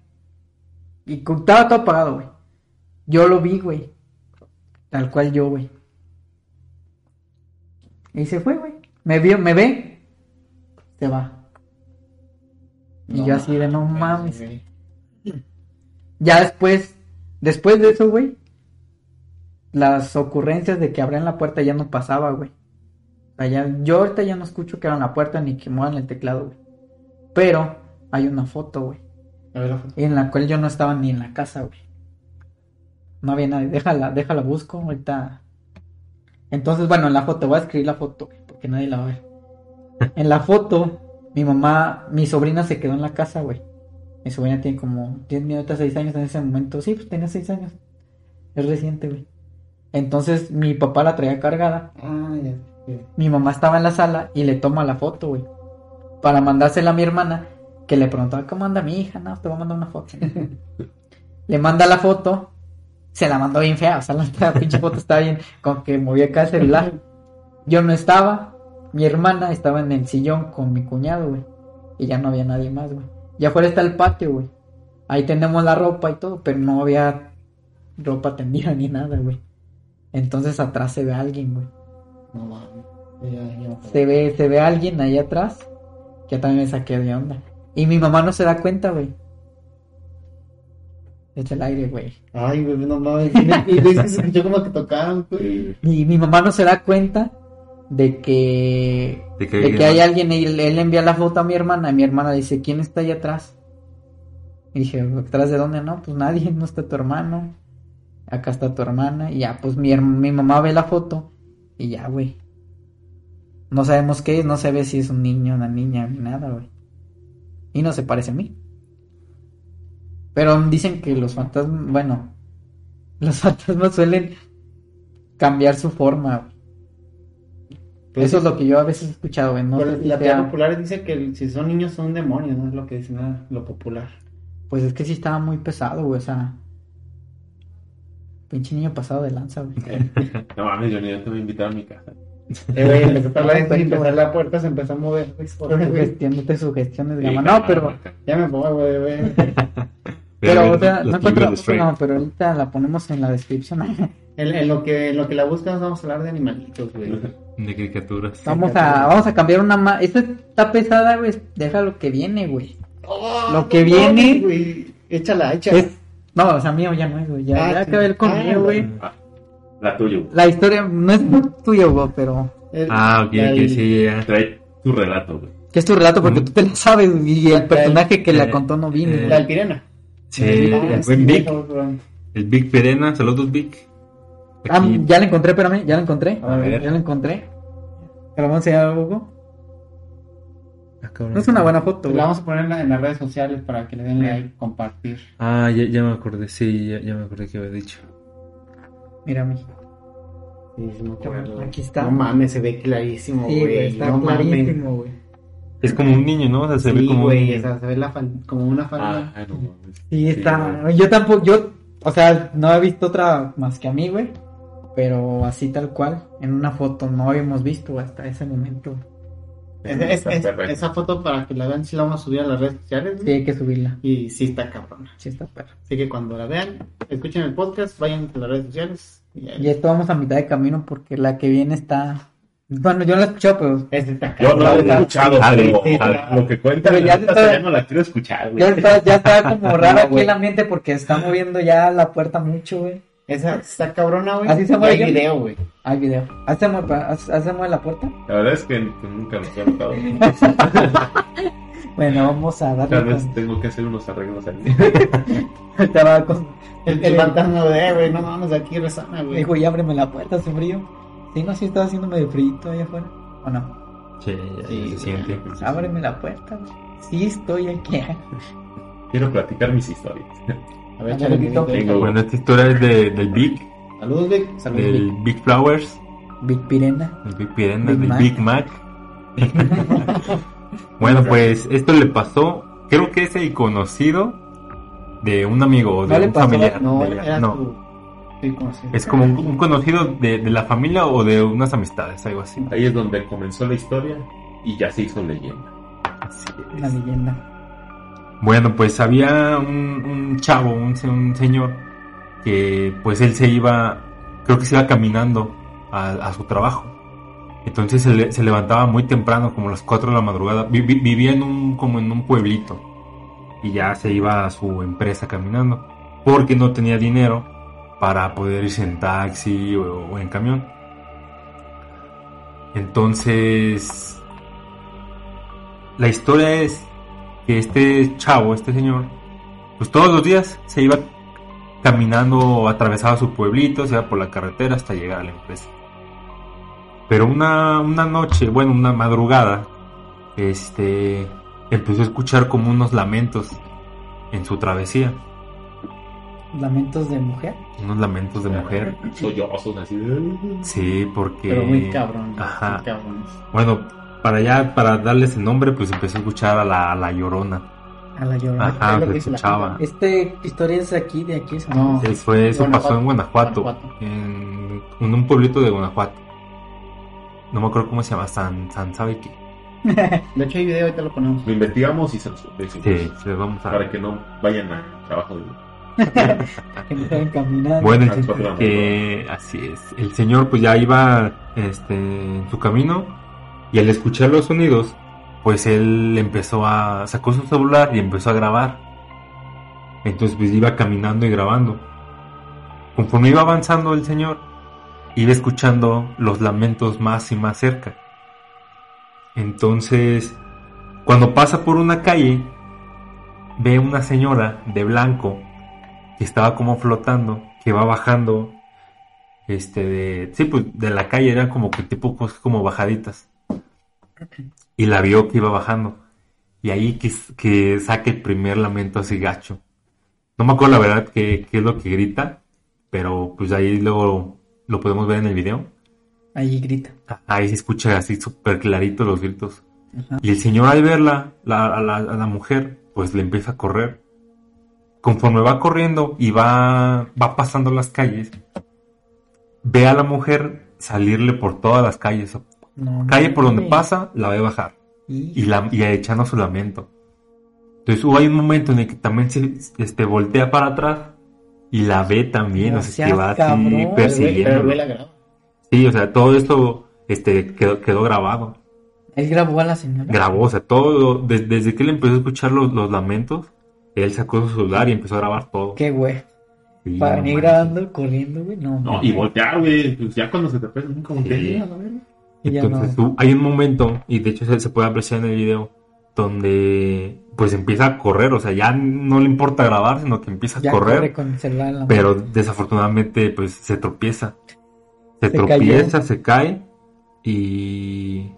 [SPEAKER 3] y con- estaba todo apagado, güey. Yo lo vi, güey. Tal cual yo, güey. Y se fue, güey. Me vio, me ve, se va. Y
[SPEAKER 1] No
[SPEAKER 3] yo así de no
[SPEAKER 1] mames,
[SPEAKER 3] mames.
[SPEAKER 1] güey.
[SPEAKER 3] Ya después, después de eso, güey, las ocurrencias de que abrían la puerta ya no pasaba, güey. O sea, ya- yo ahorita ya no escucho que abran la puerta ni que muevan el teclado, güey. Pero hay una foto, güey,
[SPEAKER 1] A ver la foto.
[SPEAKER 3] en la cual yo no estaba ni en la casa, güey. No había nadie. Déjala, déjala, busco ahorita. Entonces, bueno, en la foto, voy a escribir la foto, güey, porque nadie la va a ver. En la foto, mi mamá, mi sobrina se quedó en la casa, güey. Mi sobrina tiene como 10 minutos, 6 años en ese momento. Sí, pues tenía 6 años. Es reciente, güey. Entonces, mi papá la traía cargada
[SPEAKER 1] Ah, ya. sé.
[SPEAKER 3] mi mamá estaba en la sala y le toma la foto, güey. Para mandársela a mi hermana, que le preguntaba, ¿cómo anda mi hija? No, te voy a mandar una foto. le manda la foto, se la mandó bien fea, o sea, la, la pinche foto está bien, con que movía acá el celular. Yo no estaba, mi hermana estaba en el sillón con mi cuñado, güey. Y ya no había nadie más, güey. Y afuera está el patio, güey. Ahí tenemos la ropa y todo, pero no había ropa tendida ni nada, güey. Entonces atrás se ve a alguien, güey
[SPEAKER 1] No mames. Ya, ya, ya.
[SPEAKER 3] se ve, se ve alguien ahí atrás Yo también me saqué de onda. Y mi mamá no se da cuenta, güey. Desde el aire, güey.
[SPEAKER 1] Ay, güey, no mames. Y ves que se escuchó como que tocaban, güey.
[SPEAKER 3] Y mi mamá no se da cuenta de que,
[SPEAKER 4] De que,
[SPEAKER 3] de que hay alguien. Él, él le envía la foto a mi hermana. Y mi hermana dice: ¿Quién está ahí atrás? Y dije: ¿Atrás de dónde? No, pues nadie. No está tu hermano. Acá está tu hermana. Y ya, pues mi, herm- mi mamá ve la foto. Y ya, güey. No sabemos qué es. No se ve si es un niño, una niña, ni nada, güey. Y no se parece a mí. Pero dicen que los fantasmas, bueno, los fantasmas suelen cambiar su forma. güey.
[SPEAKER 1] Pues
[SPEAKER 3] Eso es lo que yo a veces he escuchado, güey. no
[SPEAKER 1] Pero
[SPEAKER 3] sé si
[SPEAKER 1] la
[SPEAKER 3] sea-
[SPEAKER 1] teoría popular dice que el- si son niños son demonios, no es lo que dice nada, lo popular.
[SPEAKER 3] Pues es que sí estaba muy pesado, güey. O sea, pinche niño pasado de lanza, güey.
[SPEAKER 2] No mames, Johnny, yo te voy a invitar a mi casa.
[SPEAKER 1] Eh, güey, empezó a hablar esto y empezó a abrir la puerta, se empezó a mover.
[SPEAKER 3] Pues,
[SPEAKER 1] güey, pobre, güey.
[SPEAKER 3] Sugestiéndote sugestiones,
[SPEAKER 2] Sí,
[SPEAKER 4] ah,
[SPEAKER 3] gama.
[SPEAKER 2] jamás,
[SPEAKER 3] No, pero,
[SPEAKER 2] nunca.
[SPEAKER 1] Ya me pongo, güey, güey.
[SPEAKER 3] pero, o
[SPEAKER 4] otra
[SPEAKER 3] sea, no encuentro la foto, no, pero ahorita la ponemos en la descripción.
[SPEAKER 1] En, en lo que, en lo que la buscas vamos a hablar de animalitos, güey.
[SPEAKER 4] De caricaturas.
[SPEAKER 3] Vamos a, vamos a cambiar una más. Esta está pesada, güey. Deja lo que viene, güey. Lo que
[SPEAKER 1] No,
[SPEAKER 3] viene-
[SPEAKER 1] güey. Échala, échala.
[SPEAKER 3] Es- No, o sea, mío ya no es, güey. Ya,
[SPEAKER 1] Ah,
[SPEAKER 3] ya
[SPEAKER 1] sí.
[SPEAKER 3] acabé el
[SPEAKER 1] Ah,
[SPEAKER 3] conmigo, güey.
[SPEAKER 2] Ah, La tuya, güey.
[SPEAKER 3] La historia no es muy tuya, güey, pero.
[SPEAKER 1] El-
[SPEAKER 4] Ah, ok,
[SPEAKER 1] el-
[SPEAKER 4] ok, sí, ya.
[SPEAKER 2] Trae tu relato, güey.
[SPEAKER 3] Que es tu relato porque
[SPEAKER 4] Ujú.
[SPEAKER 3] tú te la sabes, güey. Y el personaje que la
[SPEAKER 4] Eh,
[SPEAKER 3] contó no vino,
[SPEAKER 4] eh,
[SPEAKER 3] güey.
[SPEAKER 1] La alpirena.
[SPEAKER 4] Sí, el buen Vic, el Vic Perena, saludos Vic.
[SPEAKER 3] Ah,
[SPEAKER 4] Aquí,
[SPEAKER 3] ya la encontré, espérame, ya la encontré.
[SPEAKER 1] A ver.
[SPEAKER 3] Ya la encontré. ¿Te la vamos a enseñar a Hugo?
[SPEAKER 4] Ah,
[SPEAKER 3] No es una buena foto, güey.
[SPEAKER 1] La vamos a poner en, la- en las redes sociales para que le den like, compartir.
[SPEAKER 4] Ah, ya, ya me acordé, sí, ya, ya me acordé que había dicho.
[SPEAKER 3] Mírame.
[SPEAKER 1] Aquí
[SPEAKER 3] Aquí está.
[SPEAKER 1] No mames, se ve clarísimo,
[SPEAKER 3] Sí, güey,
[SPEAKER 1] güey.
[SPEAKER 3] está
[SPEAKER 1] no mames.
[SPEAKER 3] clarísimo, güey.
[SPEAKER 4] Es como un niño, ¿no? O sea, se ve
[SPEAKER 1] Sí,
[SPEAKER 4] como
[SPEAKER 1] güey,
[SPEAKER 4] un...
[SPEAKER 1] o sea, se ve la fal- como una falda.
[SPEAKER 2] Ah, no mames.
[SPEAKER 3] Sí, está.
[SPEAKER 4] güey.
[SPEAKER 3] yo tampoco, yo, o sea, no he visto otra más que a mí, güey. Pero así tal cual, en una foto no habíamos visto hasta ese momento.
[SPEAKER 1] Es- es-
[SPEAKER 2] Está
[SPEAKER 1] es-
[SPEAKER 2] perfecto.
[SPEAKER 1] esa foto para que la vean si la vamos a subir a las redes sociales.
[SPEAKER 3] Sí,
[SPEAKER 1] güey.
[SPEAKER 3] hay que subirla.
[SPEAKER 1] Y sí está cabrona.
[SPEAKER 3] Sí, está perra.
[SPEAKER 1] Así que cuando la vean, escuchen el podcast, vayan a las redes sociales. Y ahí-
[SPEAKER 3] Y esto vamos a mitad de camino porque la que viene está. Bueno, yo no la he escuchado, pero
[SPEAKER 1] Esa está
[SPEAKER 2] Yo no la he
[SPEAKER 1] cabrona.
[SPEAKER 2] escuchado,
[SPEAKER 4] Ah,
[SPEAKER 2] pero
[SPEAKER 4] sí,
[SPEAKER 1] sí.
[SPEAKER 2] lo que cuenta
[SPEAKER 3] Pero ya
[SPEAKER 2] la neta,
[SPEAKER 3] está-
[SPEAKER 2] ya no la quiero escuchar,
[SPEAKER 3] ya
[SPEAKER 2] güey.
[SPEAKER 3] está, ya está como raro
[SPEAKER 1] No,
[SPEAKER 3] aquí
[SPEAKER 1] güey.
[SPEAKER 3] el ambiente porque está moviendo ya la puerta mucho, güey.
[SPEAKER 1] Esa está cabrona, güey.
[SPEAKER 3] Así se
[SPEAKER 1] Y
[SPEAKER 3] mueve
[SPEAKER 1] hay
[SPEAKER 3] yo.
[SPEAKER 1] video, güey.
[SPEAKER 3] Hay video. Hazte mueve, pa- haz- hazte mueve la puerta.
[SPEAKER 2] La verdad es que nunca me he notado.
[SPEAKER 3] Bueno, vamos a
[SPEAKER 2] Tal
[SPEAKER 3] darle.
[SPEAKER 2] vez tengo que hacer unos arreglos ahí.
[SPEAKER 3] con- Te va con-
[SPEAKER 1] El, el fantasma de, "Eh, güey, no mames, aquí resana, güey.
[SPEAKER 3] Dijo, ya ábreme la puerta, hace frío. Sí, no, sí estaba haciendo medio frío allá afuera. ¿O no?
[SPEAKER 4] Sí, ya, ya
[SPEAKER 1] Sí,
[SPEAKER 4] se
[SPEAKER 1] ya.
[SPEAKER 4] siente.
[SPEAKER 3] Ábreme la puerta. güey. Sí, estoy aquí.
[SPEAKER 2] Quiero platicar mis historias.
[SPEAKER 1] A ver, échale el
[SPEAKER 3] Venga,
[SPEAKER 1] grito.
[SPEAKER 2] venga.
[SPEAKER 4] Bueno, esta historia es de, del Big,
[SPEAKER 1] Saludos, Vic. Saludos, Vic.
[SPEAKER 4] del Big Flowers,
[SPEAKER 3] Big Pirena.
[SPEAKER 4] del Big Pirena,
[SPEAKER 3] Big
[SPEAKER 4] del
[SPEAKER 3] Mac.
[SPEAKER 4] Big Mac. bueno, pues esto le pasó, creo que es el conocido de un amigo o de
[SPEAKER 3] No le
[SPEAKER 4] un
[SPEAKER 3] pasó,
[SPEAKER 4] familiar.
[SPEAKER 1] No,
[SPEAKER 4] de ella.
[SPEAKER 1] era
[SPEAKER 4] No,
[SPEAKER 1] tu. Sí, conocí.
[SPEAKER 4] es como un, un conocido de, de la familia o de unas amistades, algo así.
[SPEAKER 2] Ahí es donde comenzó la historia y ya se hizo leyenda.
[SPEAKER 3] Una leyenda.
[SPEAKER 4] Bueno, pues había un, un chavo, un, se- un señor, que pues él se iba, creo que se iba caminando a, a su trabajo. Entonces se, le- se levantaba muy temprano, como a las 4 de la madrugada. Vi- vi- vivía en un, como en un pueblito. Y ya se iba a su empresa caminando. Porque no tenía dinero para poder irse en taxi o, o en camión. Entonces... La historia es que este chavo, este señor, pues todos los días se iba caminando, atravesaba su pueblito, se iba por la carretera hasta llegar a la empresa. Pero una, una noche, bueno, una madrugada, este, empezó a escuchar como unos lamentos en su travesía,
[SPEAKER 3] Lamentos de mujer.
[SPEAKER 4] unos lamentos de mujer.
[SPEAKER 2] Sollozos así.
[SPEAKER 4] Sí, porque...
[SPEAKER 1] Pero muy cabrón.
[SPEAKER 4] Ajá.
[SPEAKER 1] Muy cabrón.
[SPEAKER 4] Bueno, para allá, para darles el nombre, pues empezó a escuchar a la, a la llorona.
[SPEAKER 3] A la llorona.
[SPEAKER 4] Ajá,
[SPEAKER 1] es lo
[SPEAKER 4] se
[SPEAKER 1] que dice la
[SPEAKER 4] escuchaba.
[SPEAKER 3] Este historia es aquí, de aquí, San
[SPEAKER 1] No.
[SPEAKER 4] Sí, fue- eso
[SPEAKER 1] Guanajuato.
[SPEAKER 4] pasó en Guanajuato,
[SPEAKER 1] Guanajuato.
[SPEAKER 4] En, en un pueblito de Guanajuato. No me acuerdo cómo se llama, San, San sabe qué.
[SPEAKER 1] De hecho, hay video, ahorita lo ponemos.
[SPEAKER 2] Lo investigamos y se los decimos.
[SPEAKER 4] Sí, se los vamos a
[SPEAKER 2] Para que no vayan a trabajo de
[SPEAKER 3] que no saben caminar.
[SPEAKER 4] Bueno, el
[SPEAKER 2] Ah,
[SPEAKER 4] chiste es
[SPEAKER 2] programa,
[SPEAKER 4] que así es. El este, señor pues ya iba este, en su camino y al escuchar los sonidos, pues él empezó a, sacó su celular y empezó a grabar. Entonces pues iba caminando y grabando. Conforme iba avanzando el señor, iba escuchando los lamentos más y más cerca. Entonces, cuando pasa por una calle, ve una señora de blanco que estaba como flotando, que va bajando, este, de, sí, pues de la calle era como que tipo cosas como bajaditas. Y la vio que iba bajando. Y ahí que, que saque el primer lamento así gacho. No me acuerdo la verdad qué qué es lo que grita, pero pues ahí luego lo podemos ver en el video.
[SPEAKER 3] Ahí grita.
[SPEAKER 4] Ahí se escucha así súper clarito los gritos. Y el señor al verla, la- a, la, a la mujer, pues le empieza a correr. Conforme va corriendo y va, va pasando las calles, ve a la mujer salirle por todas las calles.
[SPEAKER 3] No,
[SPEAKER 4] Calle
[SPEAKER 3] no,
[SPEAKER 4] por donde
[SPEAKER 3] sí.
[SPEAKER 4] pasa, la ve bajar
[SPEAKER 3] Y-
[SPEAKER 4] y, la, y echando su lamento. Entonces hubo ahí un momento en el que también se este, voltea para atrás y la ve también,
[SPEAKER 3] No
[SPEAKER 4] o sea,
[SPEAKER 3] seas
[SPEAKER 4] que va
[SPEAKER 3] cabrón,
[SPEAKER 4] así
[SPEAKER 1] Pero el güey-
[SPEAKER 3] güey,
[SPEAKER 1] pero el
[SPEAKER 4] persiguiendo.
[SPEAKER 1] güey la graba.
[SPEAKER 4] Sí, o sea, todo esto este, quedó, quedó grabado.
[SPEAKER 3] Él grabó a la señora.
[SPEAKER 4] Grabó, o sea, todo, de- desde, que él empezó a escuchar los, los lamentos, él sacó su celular y empezó a grabar todo.
[SPEAKER 3] Qué güey.
[SPEAKER 4] Sí,
[SPEAKER 3] Para
[SPEAKER 4] no
[SPEAKER 3] venir
[SPEAKER 4] manches.
[SPEAKER 3] grabando, corriendo, güey. No,
[SPEAKER 2] No,
[SPEAKER 3] mames.
[SPEAKER 2] y voltear, güey. Pues ya cuando se te pega, nunca volteas.
[SPEAKER 3] Y ya
[SPEAKER 4] Entonces
[SPEAKER 3] no.
[SPEAKER 4] tú- hay un momento, y de hecho se, se puede apreciar en el video, donde pues empieza a correr, o sea, ya no le importa grabar, sino que empieza a
[SPEAKER 3] Ya
[SPEAKER 4] correr,
[SPEAKER 3] corre con el celular en la mano.
[SPEAKER 4] pero desafortunadamente pues se tropieza. Se,
[SPEAKER 3] Se
[SPEAKER 4] tropieza,
[SPEAKER 3] cayó.
[SPEAKER 4] se cae, y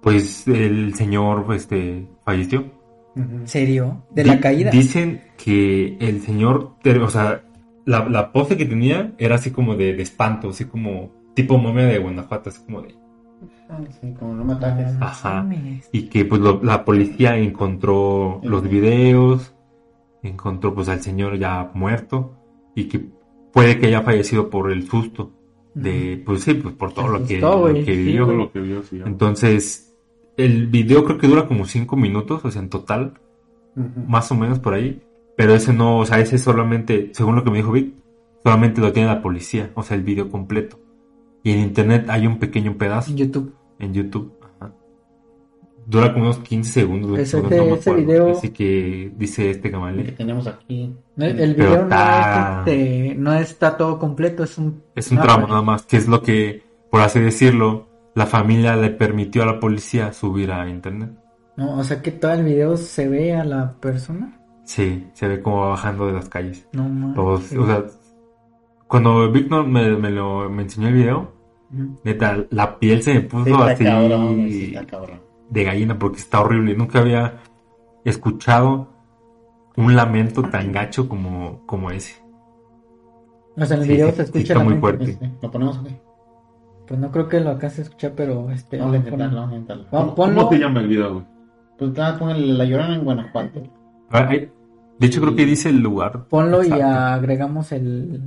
[SPEAKER 4] pues el señor pues, este, falleció.
[SPEAKER 3] ¿En serio? De la
[SPEAKER 4] Di-
[SPEAKER 3] caída.
[SPEAKER 4] Dicen que el señor, ter- o sea, la, la pose que tenía era así como de, de espanto, así como tipo momia de Guanajuato, así como de...
[SPEAKER 1] Ah, sí, como no me ataques.
[SPEAKER 3] No
[SPEAKER 4] Ajá.
[SPEAKER 3] mames.
[SPEAKER 4] Y que pues lo- la policía encontró los
[SPEAKER 1] Ujú.
[SPEAKER 4] videos, encontró pues al señor ya muerto y que puede que haya fallecido por el susto de, pues sí, pues por todo
[SPEAKER 3] Se
[SPEAKER 4] lo que,
[SPEAKER 3] asustó,
[SPEAKER 4] lo
[SPEAKER 3] güey,
[SPEAKER 4] que
[SPEAKER 3] sí,
[SPEAKER 4] vivió.
[SPEAKER 2] Todo lo que vio, sí.
[SPEAKER 4] Entonces, el video creo que dura como cinco minutos, o sea, en total,
[SPEAKER 1] Ujú.
[SPEAKER 4] más o menos por ahí. Pero ese no, o sea, ese solamente, según lo que me dijo Vic, solamente lo tiene la policía, o sea, el video completo. Y en internet hay un pequeño pedazo
[SPEAKER 3] En YouTube.
[SPEAKER 4] en YouTube. Ajá. Dura como unos 15 segundos. 20
[SPEAKER 3] Ese-
[SPEAKER 4] segundos, no me
[SPEAKER 3] ese
[SPEAKER 4] acuerdo.
[SPEAKER 3] video-
[SPEAKER 4] Así que dice este
[SPEAKER 1] El que
[SPEAKER 4] Gamale.
[SPEAKER 1] tenemos aquí.
[SPEAKER 3] No, El
[SPEAKER 4] Pero
[SPEAKER 3] video no,
[SPEAKER 4] está-
[SPEAKER 3] es este, no está todo completo, es un...
[SPEAKER 4] Es un
[SPEAKER 3] no, pues,
[SPEAKER 4] tramo
[SPEAKER 3] güey.
[SPEAKER 4] nada más, que es lo que, por así decirlo, la familia le permitió a la policía subir a internet.
[SPEAKER 3] No, o sea que todo el video se ve a la persona.
[SPEAKER 4] Sí, se ve como va bajando de las calles.
[SPEAKER 3] No mames.
[SPEAKER 4] Todos, Pues, o sea, cuando Victor me, me lo, me enseñó el video,
[SPEAKER 3] Ujú.
[SPEAKER 4] neta, la piel se me puso
[SPEAKER 1] Sí, está
[SPEAKER 4] así
[SPEAKER 1] cabrón, güey, sí, está cabrón.
[SPEAKER 4] de gallina porque está horrible. Nunca había escuchado un lamento tan gacho como, como ese.
[SPEAKER 3] O sea, en el
[SPEAKER 4] Sí,
[SPEAKER 3] video se
[SPEAKER 4] sí, sí,
[SPEAKER 3] escucha
[SPEAKER 4] está
[SPEAKER 3] la
[SPEAKER 4] muy
[SPEAKER 3] mente.
[SPEAKER 4] fuerte.
[SPEAKER 1] Este, ¿Lo ponemos aquí?
[SPEAKER 3] Pues no creo que lo alcance a escuchar, pero este...
[SPEAKER 1] Vamos a
[SPEAKER 3] a lo mejor
[SPEAKER 1] intentarlo,
[SPEAKER 3] no.
[SPEAKER 1] vamos a intentarlo.
[SPEAKER 3] Vamos.
[SPEAKER 2] ¿Cómo, ¿Cómo se llama el video, güey?
[SPEAKER 1] Pues nada, ponle la llorona en Guanajuato.
[SPEAKER 4] Ah, hay- De hecho, creo que dice el lugar.
[SPEAKER 3] Ponlo y
[SPEAKER 4] exacto.
[SPEAKER 3] agregamos el,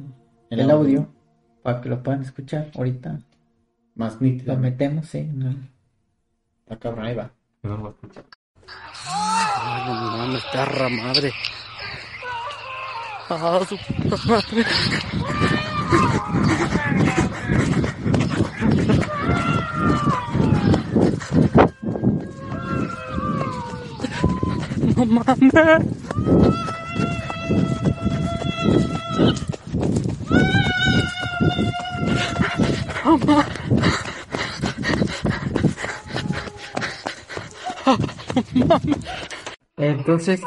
[SPEAKER 1] El
[SPEAKER 3] el,
[SPEAKER 1] audio.
[SPEAKER 3] audio. para que lo puedan escuchar. Ahorita
[SPEAKER 1] Más
[SPEAKER 3] lo
[SPEAKER 1] nítido.
[SPEAKER 3] metemos, sí. ¿no?
[SPEAKER 1] Está cabrón, ahí va.
[SPEAKER 4] No lo escucho.
[SPEAKER 5] Ay, no mames, perra madre. Ah, su puta madre. No mames.
[SPEAKER 3] Entonces,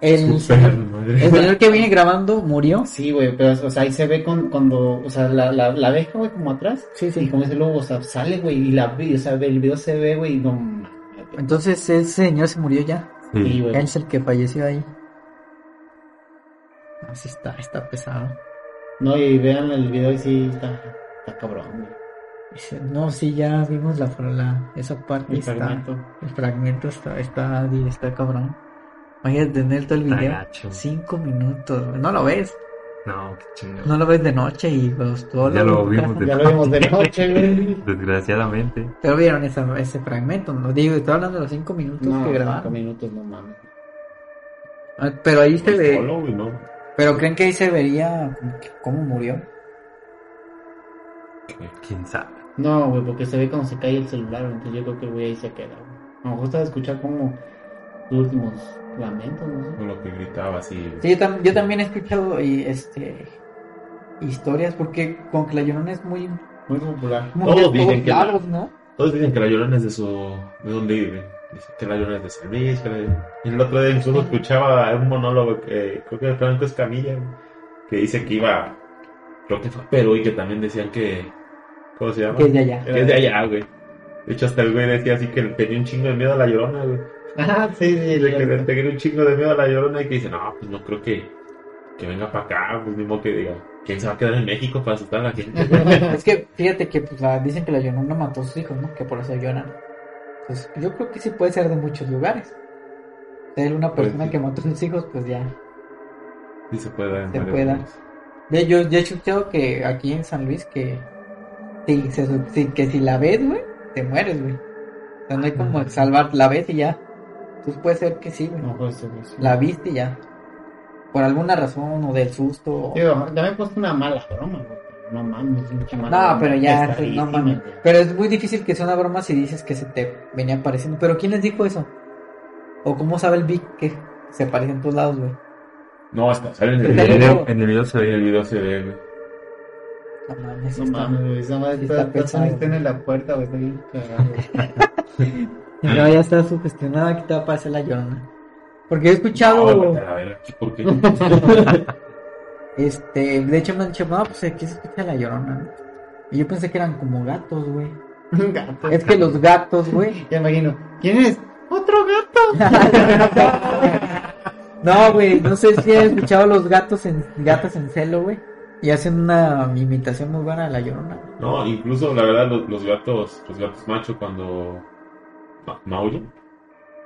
[SPEAKER 3] el
[SPEAKER 4] Su perra
[SPEAKER 3] señor,
[SPEAKER 4] madre.
[SPEAKER 3] el señor que viene grabando murió.
[SPEAKER 1] Sí, güey, pero, o sea, ahí se ve con, cuando, o sea, la, la, la abeja, güey, como atrás.
[SPEAKER 3] Sí,
[SPEAKER 1] Y
[SPEAKER 3] sí.
[SPEAKER 1] como ese lobo, o sea, sale, güey, y la vi, o sea, el video se ve, güey, y no mames, güey.
[SPEAKER 3] Entonces, ese señor se murió ya.
[SPEAKER 4] Sí.
[SPEAKER 1] Sí,
[SPEAKER 3] Él
[SPEAKER 1] güey.
[SPEAKER 3] es el que falleció ahí. Así está, está pesado.
[SPEAKER 1] No, y vean el video y sí, está, está cabrón, güey.
[SPEAKER 3] Dice, No, sí, ya vimos la, la- esa parte.
[SPEAKER 1] El
[SPEAKER 3] está,
[SPEAKER 1] fragmento.
[SPEAKER 3] El fragmento está, está, está cabrón. Imagínate tener todo el
[SPEAKER 4] Está
[SPEAKER 3] video.
[SPEAKER 4] gacho.
[SPEAKER 3] Cinco minutos. güey. No lo ves.
[SPEAKER 4] No, qué chingado.
[SPEAKER 3] No lo ves de noche y pues, todo
[SPEAKER 4] Ya lo
[SPEAKER 3] ves en tu casa.
[SPEAKER 4] vimos de-
[SPEAKER 1] Ya lo vimos de noche, güey.
[SPEAKER 4] Desgraciadamente.
[SPEAKER 3] Pero vieron esa- ese fragmento, no digo, estoy hablando de los cinco minutos
[SPEAKER 1] No, cinco
[SPEAKER 3] que grabaron.
[SPEAKER 1] minutos, no mames.
[SPEAKER 3] Ah, Pero ahí se ve,
[SPEAKER 2] Solo, güey, no.
[SPEAKER 3] pero creen que ahí se vería como que- cómo murió.
[SPEAKER 4] Quién sabe.
[SPEAKER 1] No, güey, porque se ve cuando se cae el celular, entonces yo creo que el güey ahí se queda, güey. Me gusta escuchar como sus últimos lamentos, no sé.
[SPEAKER 2] Con lo que gritaba así.
[SPEAKER 3] Sí, yo, tam- yo también he escuchado y, este, historias porque con que la llorona es muy,
[SPEAKER 1] Muy popular.
[SPEAKER 3] muy
[SPEAKER 2] Todos
[SPEAKER 3] de
[SPEAKER 2] dicen
[SPEAKER 3] todos
[SPEAKER 2] que la-
[SPEAKER 3] lados, ¿no?
[SPEAKER 2] Todos dicen que la llorona es de su. ¿De dónde vive? Dicen que la llorona es de San Luis. que la- Y el otro día incluso escuchaba un monólogo que creo que de Franco Escamilla, güey, que dice que iba. Creo que fue a Perú y que también decían que. ¿Cómo se llama?
[SPEAKER 3] Que es de allá.
[SPEAKER 2] Que es de allá, güey. De hecho, hasta el güey decía así que le tenía un chingo de miedo a la llorona, güey.
[SPEAKER 1] Ah, sí, sí.
[SPEAKER 2] De que le
[SPEAKER 1] sí.
[SPEAKER 2] tenía un chingo de miedo a la llorona y que dice, no, pues no creo que, que venga para acá, pues ni modo que diga, ¿quién se va a quedar en México para asustar a la gente?
[SPEAKER 3] es que fíjate que pues, la- dicen que la llorona mató a sus hijos, ¿no? Que por eso lloran. Pues yo creo que sí puede ser de muchos lugares. Ser una
[SPEAKER 2] Pues,
[SPEAKER 3] persona
[SPEAKER 2] sí.
[SPEAKER 3] que mató a sus hijos, pues ya.
[SPEAKER 2] Y se puede dar en
[SPEAKER 3] Se
[SPEAKER 2] varios
[SPEAKER 3] pueda.
[SPEAKER 2] lugares.
[SPEAKER 3] Ve, yo ya he escuchado que aquí en San Luis que sí, se su- sí, que si la ves, güey, te mueres, güey. O sea, no hay como salvar, la ves y ya. Pues puede ser que sí, güey.
[SPEAKER 1] No, pues, sí, sí.
[SPEAKER 3] La viste y ya. Por alguna razón o del susto. o-
[SPEAKER 1] Digo, ya me he puesto una mala broma, güey. No mames, pinche mala
[SPEAKER 3] No,
[SPEAKER 1] broma.
[SPEAKER 3] pero ya, pues,
[SPEAKER 1] Pesadísima,
[SPEAKER 3] no mames.
[SPEAKER 1] güey.
[SPEAKER 3] Pero es muy difícil que sea una broma si dices que se te venía pareciendo. ¿Pero quién les dijo eso? ¿O cómo sabe el Vic que se aparece en todos lados, güey?
[SPEAKER 2] No, hasta sale en el
[SPEAKER 4] En
[SPEAKER 3] Está
[SPEAKER 2] video.
[SPEAKER 4] el
[SPEAKER 3] bien.
[SPEAKER 4] video, en el video se
[SPEAKER 2] En
[SPEAKER 4] ve.
[SPEAKER 2] el video se ve, güey.
[SPEAKER 3] No mames,
[SPEAKER 1] No
[SPEAKER 3] está-
[SPEAKER 1] mames, güey. Esa madre
[SPEAKER 3] Sí
[SPEAKER 1] está,
[SPEAKER 3] está
[SPEAKER 1] está,
[SPEAKER 3] pesado.
[SPEAKER 1] está en la puerta, güey. Está bien cagado, güey.
[SPEAKER 3] Y luego ya está sugestionada que te va a aparecer la llorona. Porque he escuchado...
[SPEAKER 2] No, vete Ah, a la verga, porque
[SPEAKER 3] Este, de hecho me han dicho, no, pues aquí se escucha la llorona, ¿no? Y yo pensé que eran como gatos, güey.
[SPEAKER 1] Un gato.
[SPEAKER 3] Es que los gatos, güey.
[SPEAKER 1] Ya imagino. ¿Quién es? Otro gato.
[SPEAKER 3] No, güey, no sé si han escuchado los gatos en gatos en celo, güey. Y hacen una imitación muy buena de la llorona.
[SPEAKER 2] No, incluso la verdad los, los gatos, los gatos macho cuando ma- maullan,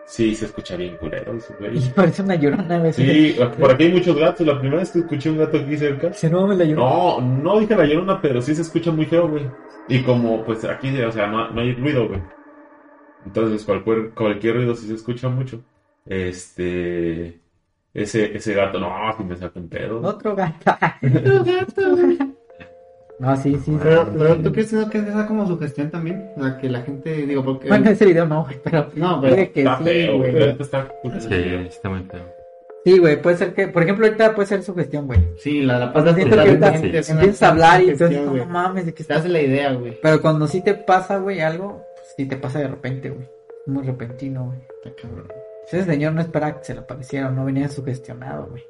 [SPEAKER 2] sí se escucha bien culero, eso, güey.
[SPEAKER 3] Y parece una llorona, güey.
[SPEAKER 2] Sí, por aquí hay muchos gatos, la primera vez que escuché un gato aquí cerca,
[SPEAKER 3] Se no mames, la llorona.
[SPEAKER 2] No, no dije la llorona, pero sí se escucha muy feo, güey. Y como, pues aquí, o sea, no, no hay ruido, güey. Entonces, cualquier, cualquier ruido sí se escucha mucho. Este. Ese, ese gato, no, si me saca un pedo.
[SPEAKER 3] Otro gato.
[SPEAKER 1] Otro gato.
[SPEAKER 3] No, sí, sí. sí.
[SPEAKER 1] Pero, pero tú crees ¿no? que es esa como sugestión también. O sea, que la gente, digo, porque.
[SPEAKER 3] Bueno, ese video no, güey, pero
[SPEAKER 1] no, eh, pero.
[SPEAKER 3] puede que
[SPEAKER 2] está
[SPEAKER 3] sí,
[SPEAKER 2] feo,
[SPEAKER 3] güey.
[SPEAKER 2] Esto está culero.
[SPEAKER 4] Sí, está muy feo.
[SPEAKER 3] Sí, güey, puede ser que, por ejemplo, ahorita puede ser sugestión, güey.
[SPEAKER 1] Sí, la, la
[SPEAKER 3] Cuando
[SPEAKER 1] pasas
[SPEAKER 3] siento que
[SPEAKER 1] totalmente.
[SPEAKER 4] ahorita
[SPEAKER 1] es una
[SPEAKER 3] empiezas a hablar y
[SPEAKER 1] sugestión,
[SPEAKER 3] entonces, no,
[SPEAKER 1] güey.
[SPEAKER 3] no mames, de qué
[SPEAKER 1] Te
[SPEAKER 3] estás
[SPEAKER 1] hace la idea, güey.
[SPEAKER 3] Pero cuando sí te pasa, güey, algo, pues sí te pasa de repente, güey. Muy repentino, güey.
[SPEAKER 1] Está cabrón.
[SPEAKER 3] Ese señor no esperaba que se le apareciera, no venía sugestionado, güey.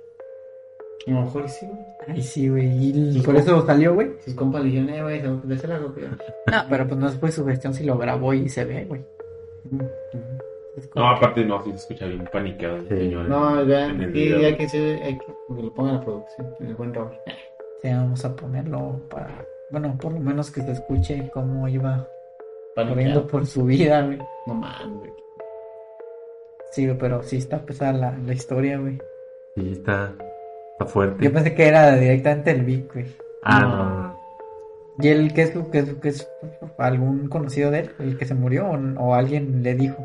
[SPEAKER 1] A lo mejor sí, güey.
[SPEAKER 3] Ay, sí, güey. Y por eso salió, güey.
[SPEAKER 1] Sus compas le dijeron, eh, güey, se va a hacer algo, güey.
[SPEAKER 3] No, pero pues no fue sugestión si lo grabó y se ve, güey. Mm, Es
[SPEAKER 2] No,
[SPEAKER 3] como-
[SPEAKER 2] aparte no, sí se escucha bien paniqueado,
[SPEAKER 4] Sí.
[SPEAKER 2] señores.
[SPEAKER 1] No,
[SPEAKER 2] En
[SPEAKER 1] vean,
[SPEAKER 2] el
[SPEAKER 1] sí,
[SPEAKER 2] video.
[SPEAKER 1] hay que, sí, hay que que lo pongan a la producción. El buen Eh, Raúl.
[SPEAKER 3] Sí, vamos a ponerlo para. Bueno, por lo menos que se escuche cómo iba corriendo
[SPEAKER 1] Paniqueado.
[SPEAKER 3] por su vida, güey.
[SPEAKER 1] No mames, güey.
[SPEAKER 3] Sí, güey, pero sí está pesada la, la historia, güey.
[SPEAKER 4] Sí, está, está fuerte.
[SPEAKER 3] Yo pensé que era directamente el Vic, güey.
[SPEAKER 4] Ah,
[SPEAKER 1] No.
[SPEAKER 4] no, no.
[SPEAKER 3] ¿Y él qué es, qué es, qué es algún conocido de él, el que se murió o, o alguien le dijo?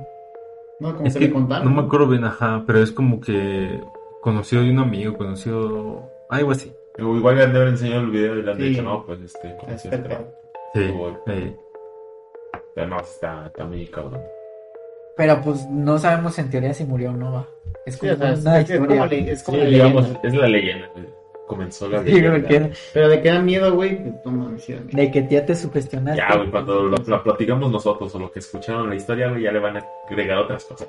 [SPEAKER 1] No, como
[SPEAKER 4] Es
[SPEAKER 1] se
[SPEAKER 4] que
[SPEAKER 1] le contaba.
[SPEAKER 4] no me acuerdo bien, ajá, pero es como que conocido de un amigo, conocido algo así.
[SPEAKER 2] O Eh, Igual le han de haber enseñado el video y le han
[SPEAKER 1] Sí.
[SPEAKER 2] dicho, no, pues este, como
[SPEAKER 1] Está
[SPEAKER 2] si
[SPEAKER 1] el
[SPEAKER 2] este
[SPEAKER 1] pedo.
[SPEAKER 4] Sí.
[SPEAKER 2] Uy.
[SPEAKER 4] eh,
[SPEAKER 2] Pero no, está, está muy cabrón.
[SPEAKER 3] Pero pues no sabemos en teoría si murió o no va. Es
[SPEAKER 1] Sí,
[SPEAKER 3] como
[SPEAKER 1] o sea, es-
[SPEAKER 3] una
[SPEAKER 1] es como
[SPEAKER 3] historia.
[SPEAKER 1] le- es
[SPEAKER 2] Sí,
[SPEAKER 1] como la
[SPEAKER 2] digamos,
[SPEAKER 1] leyenda.
[SPEAKER 2] es la leyenda, güey. Comenzó la
[SPEAKER 3] Sí,
[SPEAKER 2] leyenda.
[SPEAKER 3] güey, que-
[SPEAKER 1] Pero de qué da miedo, güey, pues, no mames, sí, da miedo.
[SPEAKER 3] de que tía te sugestionaste.
[SPEAKER 2] Ya, güey, cuando lo- la platicamos nosotros o lo que escucharon la historia, güey, ya le van a agregar otras cosas.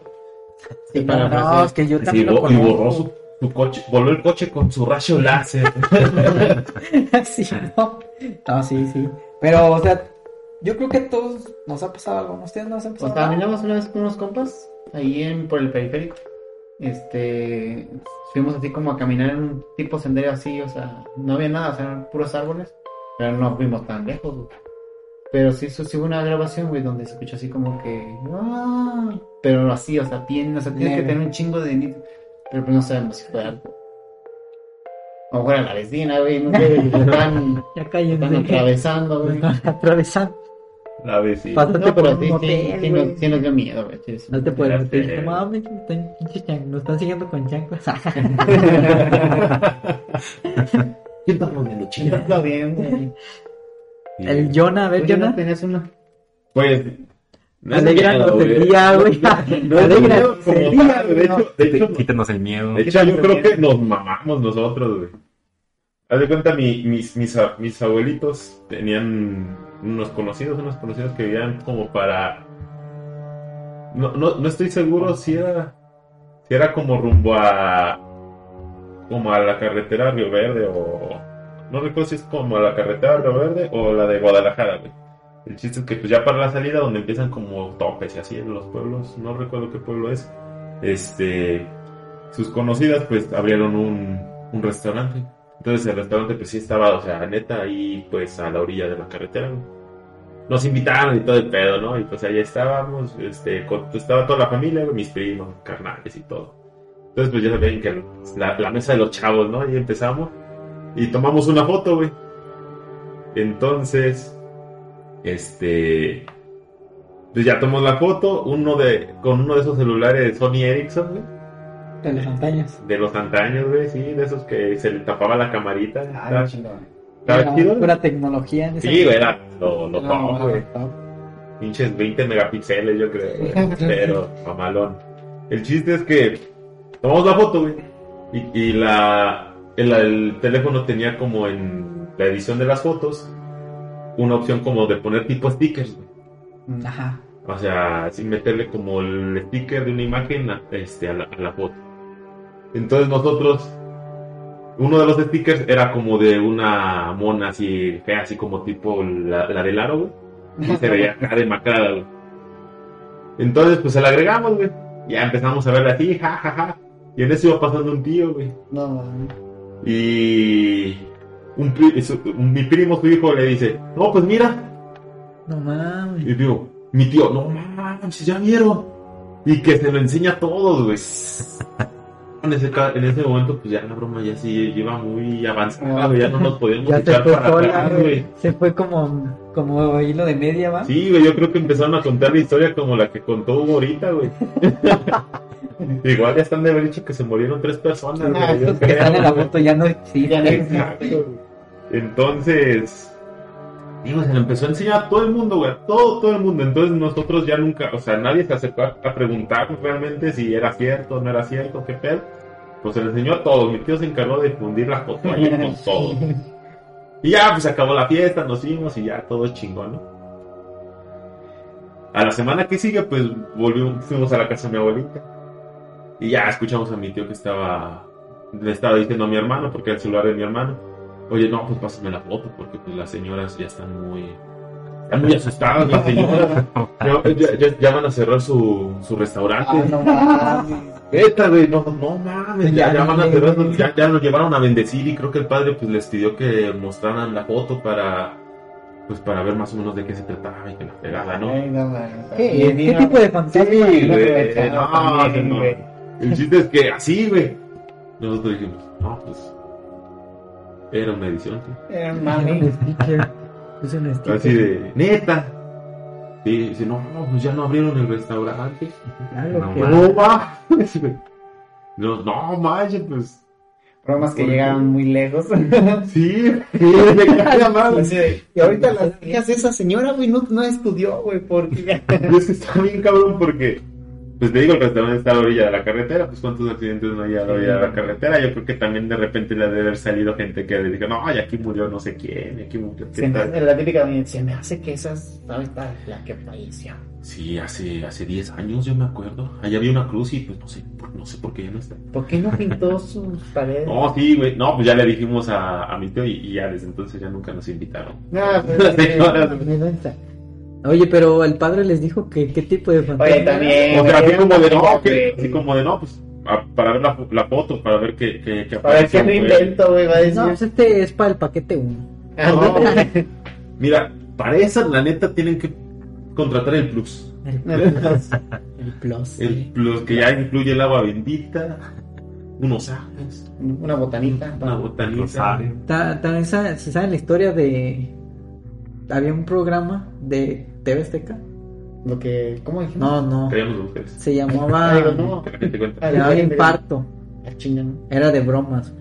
[SPEAKER 3] Sí,
[SPEAKER 1] Sí,
[SPEAKER 3] no,
[SPEAKER 1] para
[SPEAKER 3] no, es que yo
[SPEAKER 2] Sí,
[SPEAKER 3] también lo
[SPEAKER 2] bo- y borró
[SPEAKER 3] conozco.
[SPEAKER 2] su, su coche, voló el coche con su rayo láser.
[SPEAKER 3] sí, no. No, sí, sí. Pero, o sea, yo creo que a todos nos ha pasado algo. ¿no? ¿Ustedes no se han
[SPEAKER 1] Pues
[SPEAKER 3] pasado algo?
[SPEAKER 1] caminamos una vez con unos compas, ahí en, por el periférico. Este, fuimos así como a caminar en un tipo sendero así, o sea, no había nada, o sea, eran puros árboles, pero no fuimos tan lejos, güey. Pero sí, sí hubo una grabación, güey, donde se escucha así como que, "Ah", pero así, o sea, bien, o sea, tienes que
[SPEAKER 3] Leve.
[SPEAKER 1] tener un chingo de nitro, pero pues no sabemos si fue algo. O fuera la vecina, güey, no sé, lo están,
[SPEAKER 3] Ya
[SPEAKER 1] lo están
[SPEAKER 3] cállense.
[SPEAKER 1] atravesando, güey.
[SPEAKER 3] Atravesando.
[SPEAKER 2] La vecina.
[SPEAKER 3] Pásate
[SPEAKER 1] No,
[SPEAKER 3] por
[SPEAKER 1] pero
[SPEAKER 3] un
[SPEAKER 1] sí, sí,
[SPEAKER 3] motel,
[SPEAKER 1] sí,
[SPEAKER 3] güey.
[SPEAKER 1] nos- sí nos dio miedo, güey. sí, sí.
[SPEAKER 3] No te puedes
[SPEAKER 2] Espérate.
[SPEAKER 3] meter. No mames, me están pinches chan- nos están siguiendo con chanclas.
[SPEAKER 2] ¿Quién está con el
[SPEAKER 1] Sí, Está bien, güey.
[SPEAKER 3] El Jonah, a ver,
[SPEAKER 1] Oye, ¿no
[SPEAKER 3] Jonah.
[SPEAKER 1] tenías una?
[SPEAKER 2] Pues, No es miedo,
[SPEAKER 3] Alegrándote el
[SPEAKER 2] güey.
[SPEAKER 3] día, güey.
[SPEAKER 2] No es miedo
[SPEAKER 3] Alegrándote
[SPEAKER 2] como
[SPEAKER 3] el día,
[SPEAKER 2] tal, de
[SPEAKER 3] güey. no.
[SPEAKER 2] hecho, de hecho,
[SPEAKER 4] Quítanos el miedo.
[SPEAKER 2] De hecho, yo creo que nos mamamos nosotros, güey. Haz de cuenta, mi- mis, mis, a- mis abuelitos tenían unos conocidos, unos conocidos que vivían como para... No, no, no estoy seguro si era, si era como rumbo a... como a la carretera Río Verde o... No recuerdo si es como a la carretera Río Verde o la de Guadalajara, güey. El chiste es que pues ya para la salida donde empiezan como topes y así en los pueblos, no recuerdo qué pueblo es, este, sus conocidas pues abrieron un, un restaurante. Entonces el restaurante pues sí estaba, o sea, neta, ahí pues a la orilla de la carretera. ¿no? Nos invitaron y todo el pedo, ¿no? Y pues ahí estábamos, este, con- pues, estaba toda la familia, mis primos, carnales y todo. Entonces pues ya saben que la, la mesa de los chavos, ¿no? Ahí empezamos y tomamos una foto, güey. Entonces, este, pues ya tomó la foto, uno de, con uno de esos celulares Sony Ericsson, güey.
[SPEAKER 3] De las montañas.
[SPEAKER 2] De los antaños, güey, sí, de esos que se le tapaba la camarita.
[SPEAKER 1] Ah,
[SPEAKER 2] ¿Estaba-
[SPEAKER 1] chingón.
[SPEAKER 2] estaba chido?
[SPEAKER 3] Pura tecnología. en esa
[SPEAKER 2] Sí, güey,
[SPEAKER 3] época.
[SPEAKER 2] era lo, lo
[SPEAKER 3] Era
[SPEAKER 2] top,
[SPEAKER 3] mamada,
[SPEAKER 2] güey.
[SPEAKER 3] top.
[SPEAKER 2] Pinches 20 megapíxeles, yo creo, güey. Pero, mamalón. El chiste es que tomamos la foto, güey. Y, y la, el, el teléfono tenía como en la edición de las fotos una opción como de poner tipo stickers, güey.
[SPEAKER 1] Ah.
[SPEAKER 3] Ajá.
[SPEAKER 2] O sea, sin meterle como el sticker de una imagen a, este, a, la, a la foto. Entonces nosotros, uno de los stickers era como de una mona así fea, así como tipo la, la del aro, güey. Y se veía acá demacrada, güey. Entonces, pues se la agregamos, güey. Ya empezamos a verla así, ja, ja, ja. Y en eso iba pasando un tío, güey.
[SPEAKER 1] No, mames.
[SPEAKER 2] Y un pri- su- mi primo, su hijo, le dice, no, pues mira,
[SPEAKER 3] No mames.
[SPEAKER 2] y digo, mi tío, no manches, ya vieron. Y que se lo enseña a todos, güey. En ese, ca- en ese momento, pues ya la broma ya sí lleva muy avanzada, güey. Ya no nos podíamos
[SPEAKER 3] Ya se
[SPEAKER 2] echar
[SPEAKER 3] fue
[SPEAKER 2] para
[SPEAKER 3] sola,
[SPEAKER 2] atrás,
[SPEAKER 3] güey.
[SPEAKER 2] güey.
[SPEAKER 3] Se fue como, como hilo de media, ¿va?
[SPEAKER 2] Sí, güey, yo creo que empezaron a contar la historia como la que contó Hugo ahorita, güey. Igual ya están de haber dicho que se murieron tres personas,
[SPEAKER 1] No,
[SPEAKER 2] güey. yo
[SPEAKER 3] Estos pues, que están
[SPEAKER 2] creo,
[SPEAKER 3] en la
[SPEAKER 2] güey.
[SPEAKER 3] foto ya no existen.
[SPEAKER 1] Ya no existen.
[SPEAKER 2] Exacto, güey. Entonces, digo, se lo empezó a enseñar a todo el mundo, güey, a todo, todo el mundo. Entonces nosotros ya nunca, o sea, nadie se acercó a, a preguntar realmente si era cierto, no era cierto, qué pedo. Pues se lo enseñó a todos. Mi tío se encargó de difundir la foto ahí con todos. Y ya, pues se acabó la fiesta, nos fuimos y ya todo chingón, ¿no? A la semana que sigue, pues volvimos, fuimos a la casa de mi abuelita. Y ya escuchamos a mi tío que estaba. Le estaba diciendo a mi hermano, porque era el celular de mi hermano. Oye, no, pues pásame la foto, porque pues, las señoras ya están muy. Están muy asustadas las señoras. Ya, ya- ya- ya van a cerrar su, su restaurante.
[SPEAKER 3] Ah, no mames.
[SPEAKER 2] Neta, güey, no, no mames, ya, ya van a cerrar, ¿no? ya, ya lo llevaron a bendecir y creo que el padre pues les pidió que mostraran la foto para, pues para ver más o menos de qué se trataba y que la pegada, ¿no?
[SPEAKER 1] Ay, no, mames.
[SPEAKER 3] ¿Qué,
[SPEAKER 1] Sí,
[SPEAKER 3] ¿Qué
[SPEAKER 1] no,
[SPEAKER 3] tipo de fantasma?
[SPEAKER 1] Sí, güey,
[SPEAKER 2] güey,
[SPEAKER 1] no,
[SPEAKER 2] no,
[SPEAKER 1] también,
[SPEAKER 2] no.
[SPEAKER 1] güey.
[SPEAKER 2] El chiste es que así, güey, nosotros dijimos, no, pues, era una edición, sí.
[SPEAKER 1] Eh,
[SPEAKER 3] Es
[SPEAKER 1] mami.
[SPEAKER 3] un sticker. Es un sticker.
[SPEAKER 2] Así de, neta. Sí, dice, no, no, pues ya no abrieron el restaurante.
[SPEAKER 3] Ah, lo
[SPEAKER 4] No
[SPEAKER 3] que-
[SPEAKER 4] mames.
[SPEAKER 2] No, mames, güey. No, no, manches, pues,
[SPEAKER 1] Bromas que llegaron muy lejos. Ah,
[SPEAKER 2] sí, me cae mal.
[SPEAKER 1] Y ahorita las hijas de esa señora, güey, no, no estudió, güey, porque...
[SPEAKER 2] Y es que está bien cabrón porque, pues te digo, el restaurante está a la orilla de la carretera, pues cuántos accidentes no hay a la orilla de la carretera. Yo creo que también de repente le ha de haber salido gente que le diga, no, y aquí murió no sé quién, y aquí murió qué
[SPEAKER 1] Se me
[SPEAKER 2] tal.
[SPEAKER 1] hace, la típica doña, se me hace que esa es ahorita la que falleció.
[SPEAKER 2] Sí, hace, hace 10 años yo me acuerdo. Allá había una cruz y pues no sé, por- no sé por qué ya no está.
[SPEAKER 1] ¿Por qué no pintó sus paredes?
[SPEAKER 2] No, sí, güey. No, pues ya le dijimos a, a mi tío y, y ya desde entonces ya nunca nos invitaron.
[SPEAKER 1] No, pues,
[SPEAKER 2] Las señoras, güey.
[SPEAKER 3] Me lanza. Oye, pero el padre les dijo que qué tipo de fantasma.
[SPEAKER 1] Oye, Eh, también.
[SPEAKER 2] O sea, así
[SPEAKER 1] güey,
[SPEAKER 2] como de no,
[SPEAKER 1] güey.
[SPEAKER 2] que, así como de no, pues a- para ver la, fo- la foto, para ver qué, qué, qué
[SPEAKER 1] Para ver qué
[SPEAKER 2] apareció, güey.
[SPEAKER 1] reinvento, güey, va a decir.
[SPEAKER 3] No, Ah, pues este es para el paquete 1.
[SPEAKER 2] No, güey. Mira, para esa, la neta, tienen que contratar el plus.
[SPEAKER 3] El plus. El plus.
[SPEAKER 2] El plus que ya incluye el agua bendita, unos ajos,
[SPEAKER 1] Una botanita.
[SPEAKER 2] una
[SPEAKER 4] El
[SPEAKER 2] botanita.
[SPEAKER 4] rosario.
[SPEAKER 3] Ta- También sa- se sabe la historia de. Había un programa de TV Azteca.
[SPEAKER 1] Lo que... ¿Cómo dijimos?
[SPEAKER 3] No, no.
[SPEAKER 2] Creíamos mujeres.
[SPEAKER 3] Se
[SPEAKER 1] Ah, digo,
[SPEAKER 3] llamaba.
[SPEAKER 1] no.
[SPEAKER 2] Te cuento, te cuento.
[SPEAKER 1] Ah,
[SPEAKER 3] Se llamaba
[SPEAKER 1] sí, sí, sí.
[SPEAKER 3] Imparto.
[SPEAKER 1] Ah, chinga, no.
[SPEAKER 3] Era de bromas.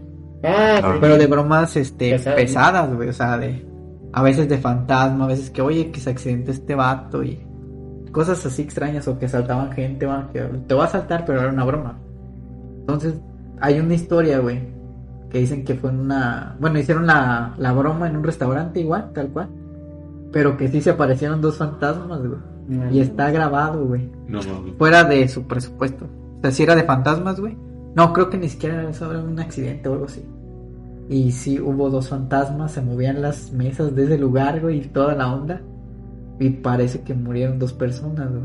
[SPEAKER 1] Ah,
[SPEAKER 4] Ah.
[SPEAKER 1] sí.
[SPEAKER 3] Pero de bromas este
[SPEAKER 1] Pesadas, ¿no?
[SPEAKER 3] pesadas, güey. O sea, de. A veces de fantasma, a veces que, oye, que se accidente este vato y. cosas así extrañas o que saltaban gente, va, que te va a saltar, pero era una broma. Entonces, hay una historia, güey, que dicen que fue en una. Bueno, hicieron la, la broma en un restaurante igual, tal cual. Pero que sí se aparecieron dos fantasmas, güey. Y está grabado, güey.
[SPEAKER 2] No mames.
[SPEAKER 3] Fuera de su presupuesto. O sea, si era de fantasmas, güey. No, creo que ni siquiera era eso, era un accidente o algo así. Y sí, hubo dos fantasmas, se movían las mesas de ese lugar, güey, y toda la onda. Y parece que murieron dos personas, güey.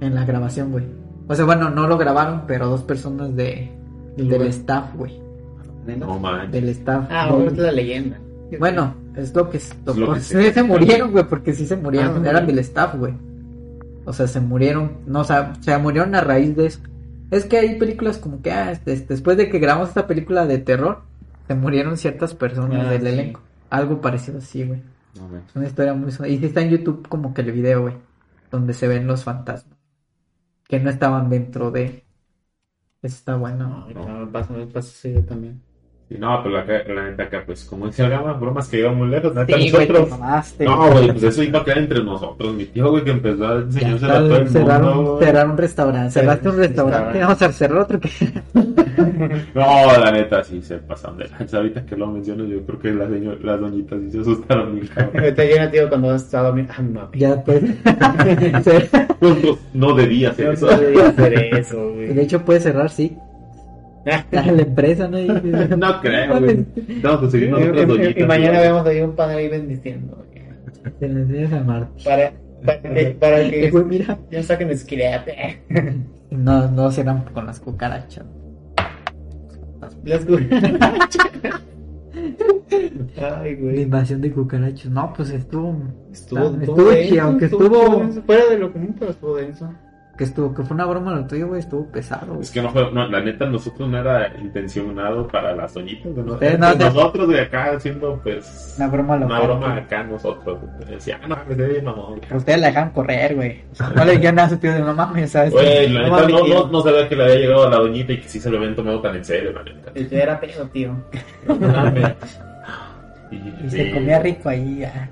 [SPEAKER 3] En la grabación, güey. O sea, bueno, no lo grabaron, pero dos personas de,
[SPEAKER 1] Del
[SPEAKER 3] del
[SPEAKER 1] lugar.
[SPEAKER 3] staff, güey.
[SPEAKER 2] No manches.
[SPEAKER 3] Del staff.
[SPEAKER 1] Ah,
[SPEAKER 3] güey.
[SPEAKER 1] bueno, esta es la leyenda.
[SPEAKER 3] Bueno, es lo que... lo
[SPEAKER 2] Es lo
[SPEAKER 3] que-
[SPEAKER 2] que
[SPEAKER 3] sí,
[SPEAKER 2] se-
[SPEAKER 3] se murieron, güey, porque sí se
[SPEAKER 1] Ah,
[SPEAKER 3] murieron.
[SPEAKER 1] no,
[SPEAKER 3] Eran
[SPEAKER 1] güey.
[SPEAKER 3] del staff, güey. O sea, se murieron. No, o sea, se murieron a raíz de eso. Es que hay películas como que... ah, este- este, después de que grabamos esta película de terror, se murieron ciertas personas
[SPEAKER 1] Ah,
[SPEAKER 3] del
[SPEAKER 1] sí.
[SPEAKER 3] elenco. Algo parecido así, güey.
[SPEAKER 2] No manches.
[SPEAKER 3] Es una historia muy... son- Y sí está en YouTube como que el video, güey. Donde se ven los fantasmas. Que no estaban dentro de... Eso está bueno.
[SPEAKER 1] No, no, pasa, pasa eso yo también.
[SPEAKER 2] Sí, no, pero la, ca- la neta acá, pues como decía Gama, bromas que iban muy lejos, neta,
[SPEAKER 3] Sí, güey, te
[SPEAKER 2] nosotros.
[SPEAKER 3] mamaste.
[SPEAKER 2] no, güey, pues eso iba a quedar entre nosotros. Mi tío, güey, que empezó a
[SPEAKER 3] Ya
[SPEAKER 2] enseñarse a
[SPEAKER 3] está,
[SPEAKER 2] todo el
[SPEAKER 3] cerrar,
[SPEAKER 2] mundo.
[SPEAKER 3] un,
[SPEAKER 2] güey.
[SPEAKER 3] cerrar un restaurante. Cerraste un restaurante. Vamos a cerrar otro. que-
[SPEAKER 2] No, la neta, sí, se pasaron de lanza. Ahorita que lo mencionas, yo creo que las, señor- las doñitas sí se asustaron bien, cabrón.
[SPEAKER 1] Ahorita llega, tío, cuando vas a dormir. Ah, no, papi.
[SPEAKER 3] ya pues. se-
[SPEAKER 2] Nosotros no debía
[SPEAKER 1] Yo
[SPEAKER 2] hacer
[SPEAKER 1] no
[SPEAKER 2] eso.
[SPEAKER 1] sabía hacer eso,
[SPEAKER 3] de
[SPEAKER 1] güey. Ah.
[SPEAKER 3] hecho, puede cerrar, sí. La empresa, ¿no? Y-
[SPEAKER 2] No creo, güey. Vamos a conseguirnos
[SPEAKER 1] Y-
[SPEAKER 2] otras
[SPEAKER 1] y-
[SPEAKER 2] doñitas.
[SPEAKER 1] Y mañana
[SPEAKER 2] güey.
[SPEAKER 1] vemos ahí un padre ahí bendiciendo. güey.
[SPEAKER 3] Te la enseñas a Martín.
[SPEAKER 1] Para, para, que- para
[SPEAKER 3] Eh,
[SPEAKER 1] que
[SPEAKER 3] güey, mira.
[SPEAKER 1] ya saquen esquilete.
[SPEAKER 3] No, no serán con las cucarachas.
[SPEAKER 1] Las cucarachas. Ay,
[SPEAKER 3] La
[SPEAKER 1] güey.
[SPEAKER 3] invasión de cucarachas. No, pues estuvo.
[SPEAKER 1] Estuvo,
[SPEAKER 3] estuvo chido, aunque estuvo-
[SPEAKER 1] denso, Fuera de lo común, pero estuvo denso.
[SPEAKER 3] Que estuvo, que fue una broma lo tuyo, güey. Estuvo pesado, güey.
[SPEAKER 2] Es que no fue, no, la neta, nosotros no era intencionado para las doñitas. güey, ¿no?
[SPEAKER 3] Ustedes no
[SPEAKER 2] Entre
[SPEAKER 3] hacen-
[SPEAKER 2] nosotros de acá haciendo, pues,
[SPEAKER 3] Una broma
[SPEAKER 2] una
[SPEAKER 3] loca.
[SPEAKER 2] broma acá nosotros. güey. Decía, ah, no, me sé bien, mamón.
[SPEAKER 3] Pero ustedes la dejaron correr, güey. No le dijeron nada a su tío de no mames, ¿sabes?
[SPEAKER 2] Güey, la neta,
[SPEAKER 3] mames,
[SPEAKER 2] no,
[SPEAKER 3] tío.
[SPEAKER 2] no, no sabía que le había llegado a la doñita y que sí se lo habían tomado tan en serio, la neta.
[SPEAKER 1] El que era pedo, tío.
[SPEAKER 2] No mames. Y,
[SPEAKER 3] Y
[SPEAKER 2] sí.
[SPEAKER 3] se comía rico ahí, ya.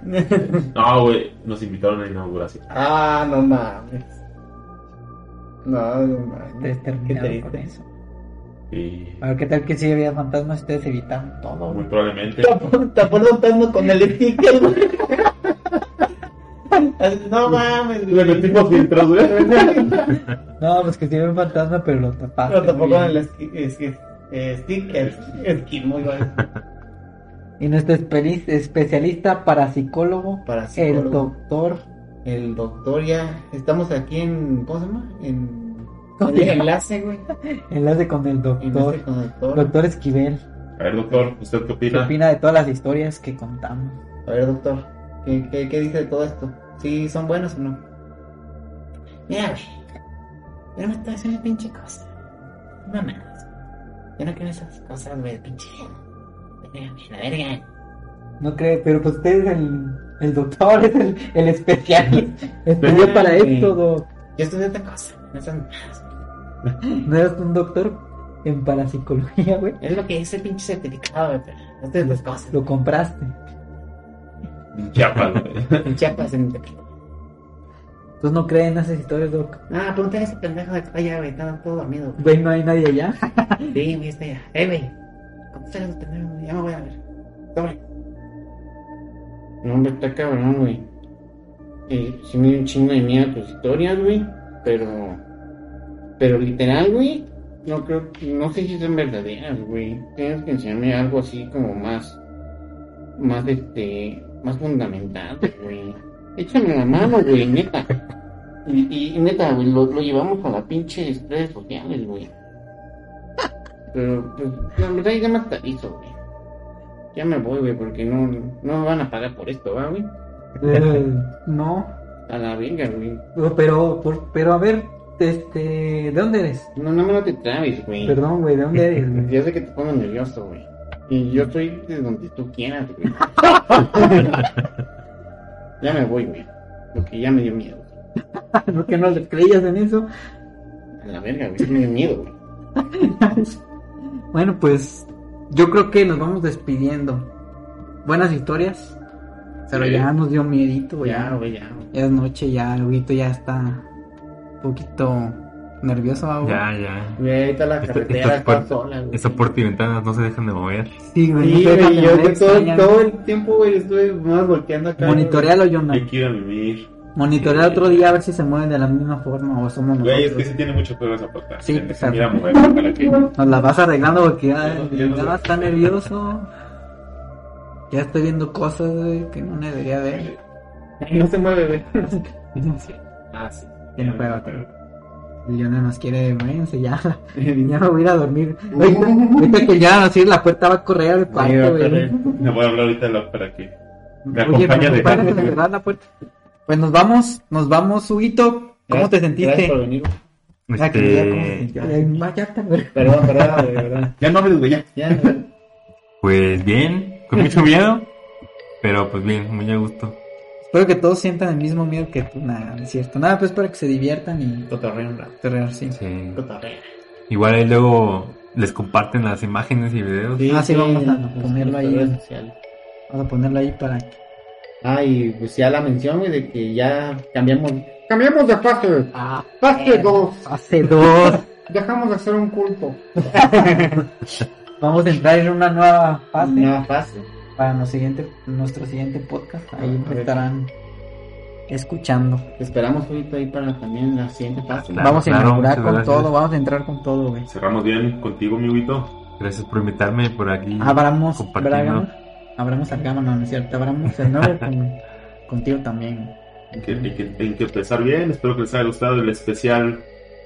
[SPEAKER 2] No, güey, nos invitaron a la inauguración.
[SPEAKER 1] Ah, no mames. No, no mames.
[SPEAKER 3] Ustedes terminaron
[SPEAKER 1] triste.
[SPEAKER 3] con eso.
[SPEAKER 2] Y
[SPEAKER 3] A ver, ¿qué tal que si había fantasmas? Ustedes evitaron todo,
[SPEAKER 2] muy
[SPEAKER 3] güey.
[SPEAKER 2] probablemente.
[SPEAKER 1] Tapón, tapón fantasma con el sticker, güey. Así, No mames,
[SPEAKER 2] Le
[SPEAKER 1] güey.
[SPEAKER 2] metimos filtros, güey.
[SPEAKER 3] No, pues que sí había un fantasma, pero lo tapaste.
[SPEAKER 1] Pero tampoco
[SPEAKER 3] güey.
[SPEAKER 1] en el ski- es- es- eh, stick, es- esquimo, igual.
[SPEAKER 3] Y nuestro espe- especialista parapsicólogo,
[SPEAKER 1] Parapsicólogo.
[SPEAKER 3] el doctor.
[SPEAKER 1] El doctor ya. Estamos aquí en. ¿Cómo se llama? En.
[SPEAKER 3] ¿Cómo
[SPEAKER 1] en
[SPEAKER 3] se llama?
[SPEAKER 1] enlace, güey. este
[SPEAKER 3] Enlace con el
[SPEAKER 1] Enlace
[SPEAKER 3] doctor.
[SPEAKER 1] con el doctor.
[SPEAKER 3] Doctor Esquivel.
[SPEAKER 2] A ver, doctor, ¿usted qué
[SPEAKER 3] ¿Qué
[SPEAKER 2] opina?
[SPEAKER 3] opina de todas las historias que contamos?
[SPEAKER 1] A ver, doctor. ¿qué, qué, qué dice de todo esto? ¿Sí son buenos o no? Mira, güey. Yo no me estoy haciendo pinche cosa. Mamadas. Yo no creo en esas cosas, güey. Pinche. Verga, güey, la verga.
[SPEAKER 3] No cree, pero pues usted es el, el doctor, es el, el especialista. eh, Estudió para
[SPEAKER 1] Sí.
[SPEAKER 3] esto, doc.
[SPEAKER 1] Yo estudié otra cosa. No esas mamadas.
[SPEAKER 3] ¿No eres un doctor en parapsicología, güey?
[SPEAKER 1] Es lo que dice el pinche certificado, güey. Pero no estoy esas cosas.
[SPEAKER 3] Lo compraste.
[SPEAKER 2] Chiapas, güey.
[SPEAKER 1] En Chiapas, en
[SPEAKER 3] Entonces no cree en esas historias, doc.
[SPEAKER 1] Ah, pregúntale a ese pendejo de que está allá, güey. Está todo dormido.
[SPEAKER 3] Güey, no hay nadie allá.
[SPEAKER 1] güey. Sí, güey, está allá. Eh, güey. Contéstale a ese pendejo, güey. Ya me voy a ver. Sobre. No, hombre, está cabrón, güey. Eh, sí me dio un chingo de miedo tus historias, güey. Pero... Pero literal, güey. No creo... No sé si son verdaderas, güey. Tienes que enseñarme algo así como más... Más, este... Más fundamentado, güey. Échame la mano, güey, neta. Y, y- y neta, güey, lo, lo llevamos a las pinches redes sociales, güey. Pero, pues, la verdad ya me actualizo, güey. Ya me voy, güey, porque no, no me van a pagar por esto, ¿va, güey?
[SPEAKER 3] Eh, no.
[SPEAKER 1] A la verga, güey.
[SPEAKER 3] No, Pero, por- pero a ver, este, ¿de dónde eres?
[SPEAKER 1] No, no me lo te trabes, güey.
[SPEAKER 3] Perdón, güey, ¿de dónde eres? güey?
[SPEAKER 1] Ya sé que te pongo nervioso, güey. Y yo estoy de donde tú quieras, güey. ya me voy, güey. Porque ya me dio miedo.
[SPEAKER 3] ¿Por qué no le creías en eso?
[SPEAKER 1] A la verga, güey. sí Me dio miedo, güey.
[SPEAKER 3] Bueno, pues yo creo que nos vamos despidiendo. Buenas historias. Pero ya nos dio miedito, güey.
[SPEAKER 1] Ya,
[SPEAKER 3] Ya,
[SPEAKER 1] güey, ya. güey.
[SPEAKER 3] es noche, ya el güito ya está un poquito nervioso, ¿va, güey.
[SPEAKER 4] Ya, ya.
[SPEAKER 1] Güey, ahorita la
[SPEAKER 4] Esta-
[SPEAKER 1] carretera
[SPEAKER 4] estas
[SPEAKER 1] está
[SPEAKER 4] puertas-
[SPEAKER 1] sola, güey.
[SPEAKER 4] Esa puerta y ventanas no se dejan de mover.
[SPEAKER 3] Sí, güey. no
[SPEAKER 1] Sí,
[SPEAKER 3] te
[SPEAKER 1] güey,
[SPEAKER 3] dejan de
[SPEAKER 1] yo
[SPEAKER 3] mover,
[SPEAKER 1] yo todo,
[SPEAKER 3] extraña.
[SPEAKER 1] todo el tiempo, güey, estuve más volteando acá. güey.
[SPEAKER 3] Monitorealo, Jonah.
[SPEAKER 2] Yo quiero vivir.
[SPEAKER 3] Monitorea otro día a ver si se mueven de la misma forma o somos
[SPEAKER 2] Güey, es que
[SPEAKER 3] nosotros.
[SPEAKER 2] sí tiene mucho peor esa puerta.
[SPEAKER 3] Sí,
[SPEAKER 2] Tiene-
[SPEAKER 3] exacto.
[SPEAKER 2] Mira, mujer, ojalá que.
[SPEAKER 3] Nos la vas arreglando porque ya,
[SPEAKER 2] Yo no- yo no
[SPEAKER 3] ya
[SPEAKER 2] sé.
[SPEAKER 3] está nervioso. Ya estoy viendo cosas, güey, que no debería ver.
[SPEAKER 1] Ay, No se mueve, güey.
[SPEAKER 2] Ah, sí.
[SPEAKER 3] Tiene prueba, tiene El Jonah nos quiere, váyanse ya. Ya
[SPEAKER 1] Mira,
[SPEAKER 3] me voy a ir a dormir. Ahorita ahorita que ya así la puerta va a correr al cuarto, güey.
[SPEAKER 1] correcto.
[SPEAKER 2] Le voy a hablar ahorita a la para que. Me
[SPEAKER 3] Oye,
[SPEAKER 2] acompaña de
[SPEAKER 3] me acompañas
[SPEAKER 2] gato,
[SPEAKER 3] a
[SPEAKER 2] güey.
[SPEAKER 3] cerrar la puerta. Pues nos vamos, nos vamos, Huguito. ¿Cómo te
[SPEAKER 1] Gracias- gracias por
[SPEAKER 3] sentiste?
[SPEAKER 1] venir.
[SPEAKER 3] Ah, que ya, ¿cómo te
[SPEAKER 4] Este,
[SPEAKER 3] sentiste? Ay, Vaya, güey.
[SPEAKER 1] Perdón, perdón, güey, perdón.
[SPEAKER 2] Ya no hables, güey, ya.
[SPEAKER 1] Ya, güey.
[SPEAKER 4] pues bien, con mucho miedo, pero pues bien, muy a gusto.
[SPEAKER 3] Espero que todos sientan el mismo miedo que tú. Nada, no es cierto. Nada, pues para que se diviertan y
[SPEAKER 1] Cotorreo un rato.
[SPEAKER 3] cotorrear, sí.
[SPEAKER 4] Sí.
[SPEAKER 1] Cotorreo.
[SPEAKER 4] Igual ahí luego les comparten las imágenes y videos.
[SPEAKER 1] Sí,
[SPEAKER 3] Ah, sí, vamos a
[SPEAKER 1] en
[SPEAKER 3] ponerlo ahí.
[SPEAKER 1] nuestras redes sociales.
[SPEAKER 3] Vamos a ponerlo ahí para que.
[SPEAKER 1] Ah, y pues ya la mención, güey, de que ya cambiamos. Cambiamos de fase.
[SPEAKER 4] Ah.
[SPEAKER 1] Fase 2.
[SPEAKER 3] Hace dos.
[SPEAKER 1] Dejamos de hacer un culto.
[SPEAKER 3] Vamos a entrar en una nueva fase
[SPEAKER 1] Una fase.
[SPEAKER 3] para nuestro siguiente, nuestro siguiente podcast. Ahí
[SPEAKER 1] Correcto.
[SPEAKER 3] estarán escuchando.
[SPEAKER 1] Te esperamos ahorita ahí para también la siguiente fase.
[SPEAKER 4] Claro,
[SPEAKER 3] vamos a
[SPEAKER 4] claro,
[SPEAKER 3] inaugurar
[SPEAKER 4] muchas
[SPEAKER 3] con
[SPEAKER 4] gracias.
[SPEAKER 3] todo, vamos a entrar con todo, güey.
[SPEAKER 2] Cerramos bien contigo, mi güito.
[SPEAKER 4] Gracias por invitarme por aquí.
[SPEAKER 3] Abramos
[SPEAKER 4] compartiendo.
[SPEAKER 3] Bragan, abramos Argama, no, no es cierto, abramos el nuevo con- contigo también. güey.
[SPEAKER 2] Hay que, hay que- hay que empezar bien. Espero que les haya gustado el especial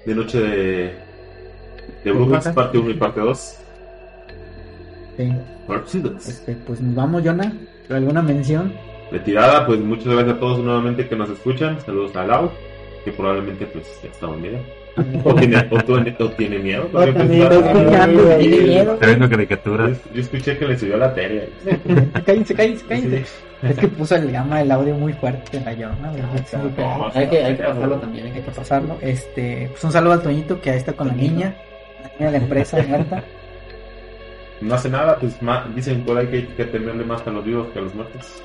[SPEAKER 2] de Noche de, de Brujas,
[SPEAKER 3] brujas?
[SPEAKER 2] parte 1 y parte 2.
[SPEAKER 3] Sí, este, pues nos vamos, Jonah. ¿Alguna mención?
[SPEAKER 2] Retirada, pues muchas gracias a todos nuevamente que nos escuchan. Saludos a Lau, que probablemente pues ya está dormida. O tiene, o tiene, o tiene miedo. porque, pues,
[SPEAKER 1] también
[SPEAKER 2] va-
[SPEAKER 1] está escuchando,
[SPEAKER 2] Ay,
[SPEAKER 1] tiene miedo.
[SPEAKER 4] Estoy viendo caricaturas.
[SPEAKER 2] Yo escuché que le subió la tele.
[SPEAKER 3] cállense, cállense, cállense. Es que puso el gama del audio muy fuerte, la Jonah. güey, sí, güey.
[SPEAKER 2] No,
[SPEAKER 1] Hay que, hay que pasarlo también. Hay
[SPEAKER 3] Hay
[SPEAKER 1] que
[SPEAKER 3] que
[SPEAKER 1] pasarlo.
[SPEAKER 3] pasarlo. Este, pues un saludo al Toñito que ahí está con la niña, la niña de la empresa Marta.
[SPEAKER 2] No hace nada, pues ma- dicen por ahí que hay que temerle más a los vivos que a los muertos.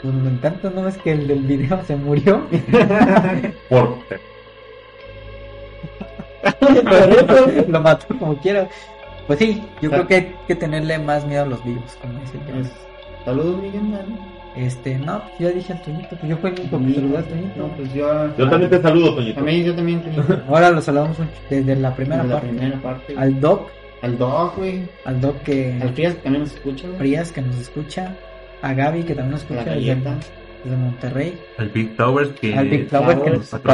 [SPEAKER 3] Pues me encanta, ¿no? Es que el del video se murió.
[SPEAKER 2] Por
[SPEAKER 3] Lo mató como quiera. Pues sí, yo creo que hay que tenerle más miedo a los vivos, como dice el Jonah.
[SPEAKER 1] Es- Pues, Saludos, Miguel. ¿no?
[SPEAKER 3] Este, no, yo dije al Toñito, pues yo fui el único que saludó al Toñito.
[SPEAKER 1] No, pues yo.
[SPEAKER 2] Yo también te saludo, Toñito.
[SPEAKER 1] También, yo también. tenía-
[SPEAKER 3] Ahora lo saludamos desde la primera
[SPEAKER 1] la
[SPEAKER 3] parte.
[SPEAKER 1] primera parte. Al,
[SPEAKER 3] Al Doc,
[SPEAKER 1] Dog, güey.
[SPEAKER 3] al Doc que
[SPEAKER 1] Al Frías que también nos escucha. güey.
[SPEAKER 3] Frías que nos escucha, a Gaby que también nos
[SPEAKER 1] La
[SPEAKER 3] escucha desde,
[SPEAKER 1] galleta.
[SPEAKER 3] desde Monterrey,
[SPEAKER 4] Al Big Towers que
[SPEAKER 3] al Big Flower que nos partió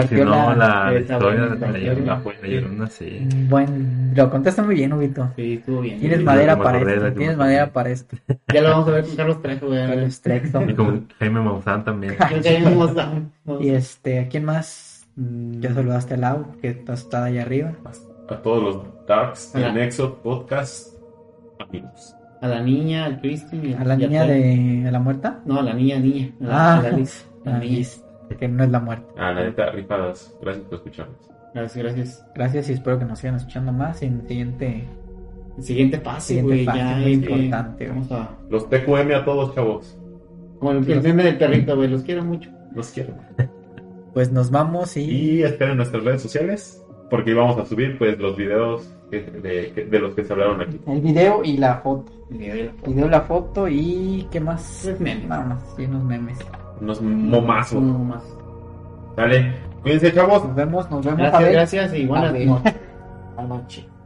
[SPEAKER 3] la...
[SPEAKER 4] patrocinó la,
[SPEAKER 1] esa
[SPEAKER 4] historia de
[SPEAKER 1] buena
[SPEAKER 4] la
[SPEAKER 1] historia.
[SPEAKER 4] llorona. La llorona, sí.
[SPEAKER 3] Buen, lo contaste muy bien, Ubito.
[SPEAKER 1] Sí, estuvo bien.
[SPEAKER 3] Tienes
[SPEAKER 4] Sí,
[SPEAKER 3] madera
[SPEAKER 4] como
[SPEAKER 3] para
[SPEAKER 4] la
[SPEAKER 3] esto,
[SPEAKER 4] red,
[SPEAKER 3] tienes
[SPEAKER 4] como-
[SPEAKER 3] madera para esto.
[SPEAKER 1] Ya lo vamos a ver con Carlos Trejo, güey. a ver.
[SPEAKER 3] Carlos Trexo.
[SPEAKER 4] Y con Jaime Maussan también.
[SPEAKER 1] Creo que ahí vamos a-
[SPEAKER 3] Y este, ¿a quién más? Mm, Ya saludaste a Lau, que está está allá arriba.
[SPEAKER 2] A todos los Darks,
[SPEAKER 1] Ajá.
[SPEAKER 2] el Nexo, Podcast, amigos.
[SPEAKER 1] A la niña, al Christian y
[SPEAKER 3] A la
[SPEAKER 1] y
[SPEAKER 3] niña
[SPEAKER 1] Fer.
[SPEAKER 3] de a la muerta.
[SPEAKER 1] No, a la niña, niña. A la,
[SPEAKER 3] Ah,
[SPEAKER 1] a la Liz. A la
[SPEAKER 3] la
[SPEAKER 1] niña.
[SPEAKER 3] Liz, que no es la muerte.
[SPEAKER 2] Ah, la neta, rifadas. Gracias por escucharnos.
[SPEAKER 1] Gracias, gracias.
[SPEAKER 3] Gracias y espero que nos sigan escuchando más en el siguiente.
[SPEAKER 1] El siguiente pase,
[SPEAKER 3] Siguiente
[SPEAKER 1] güey.
[SPEAKER 3] pase,
[SPEAKER 1] Ya
[SPEAKER 3] muy
[SPEAKER 1] hay
[SPEAKER 3] importante,
[SPEAKER 1] que...
[SPEAKER 3] güey.
[SPEAKER 1] Vamos a...
[SPEAKER 2] Los TQM a todos, chavos.
[SPEAKER 1] Como el, el meme del perrito, güey. Los quiero mucho.
[SPEAKER 2] Los quiero.
[SPEAKER 3] Pues nos vamos y
[SPEAKER 2] Y esperen nuestras redes sociales, porque vamos a subir pues los videos que- de, que- de los que se hablaron aquí.
[SPEAKER 3] el video y la foto.
[SPEAKER 1] El video de la-
[SPEAKER 3] El video, la foto y qué más.
[SPEAKER 1] Tres memes.
[SPEAKER 3] Nada más, y unos memes.
[SPEAKER 2] Unos momazos.
[SPEAKER 1] Uno más.
[SPEAKER 2] Dale, cuídense, chavos.
[SPEAKER 3] Nos vemos, nos vemos a
[SPEAKER 1] Gracias,
[SPEAKER 3] ver.
[SPEAKER 1] gracias y buenas
[SPEAKER 3] ver.
[SPEAKER 1] noches. Buenas noches.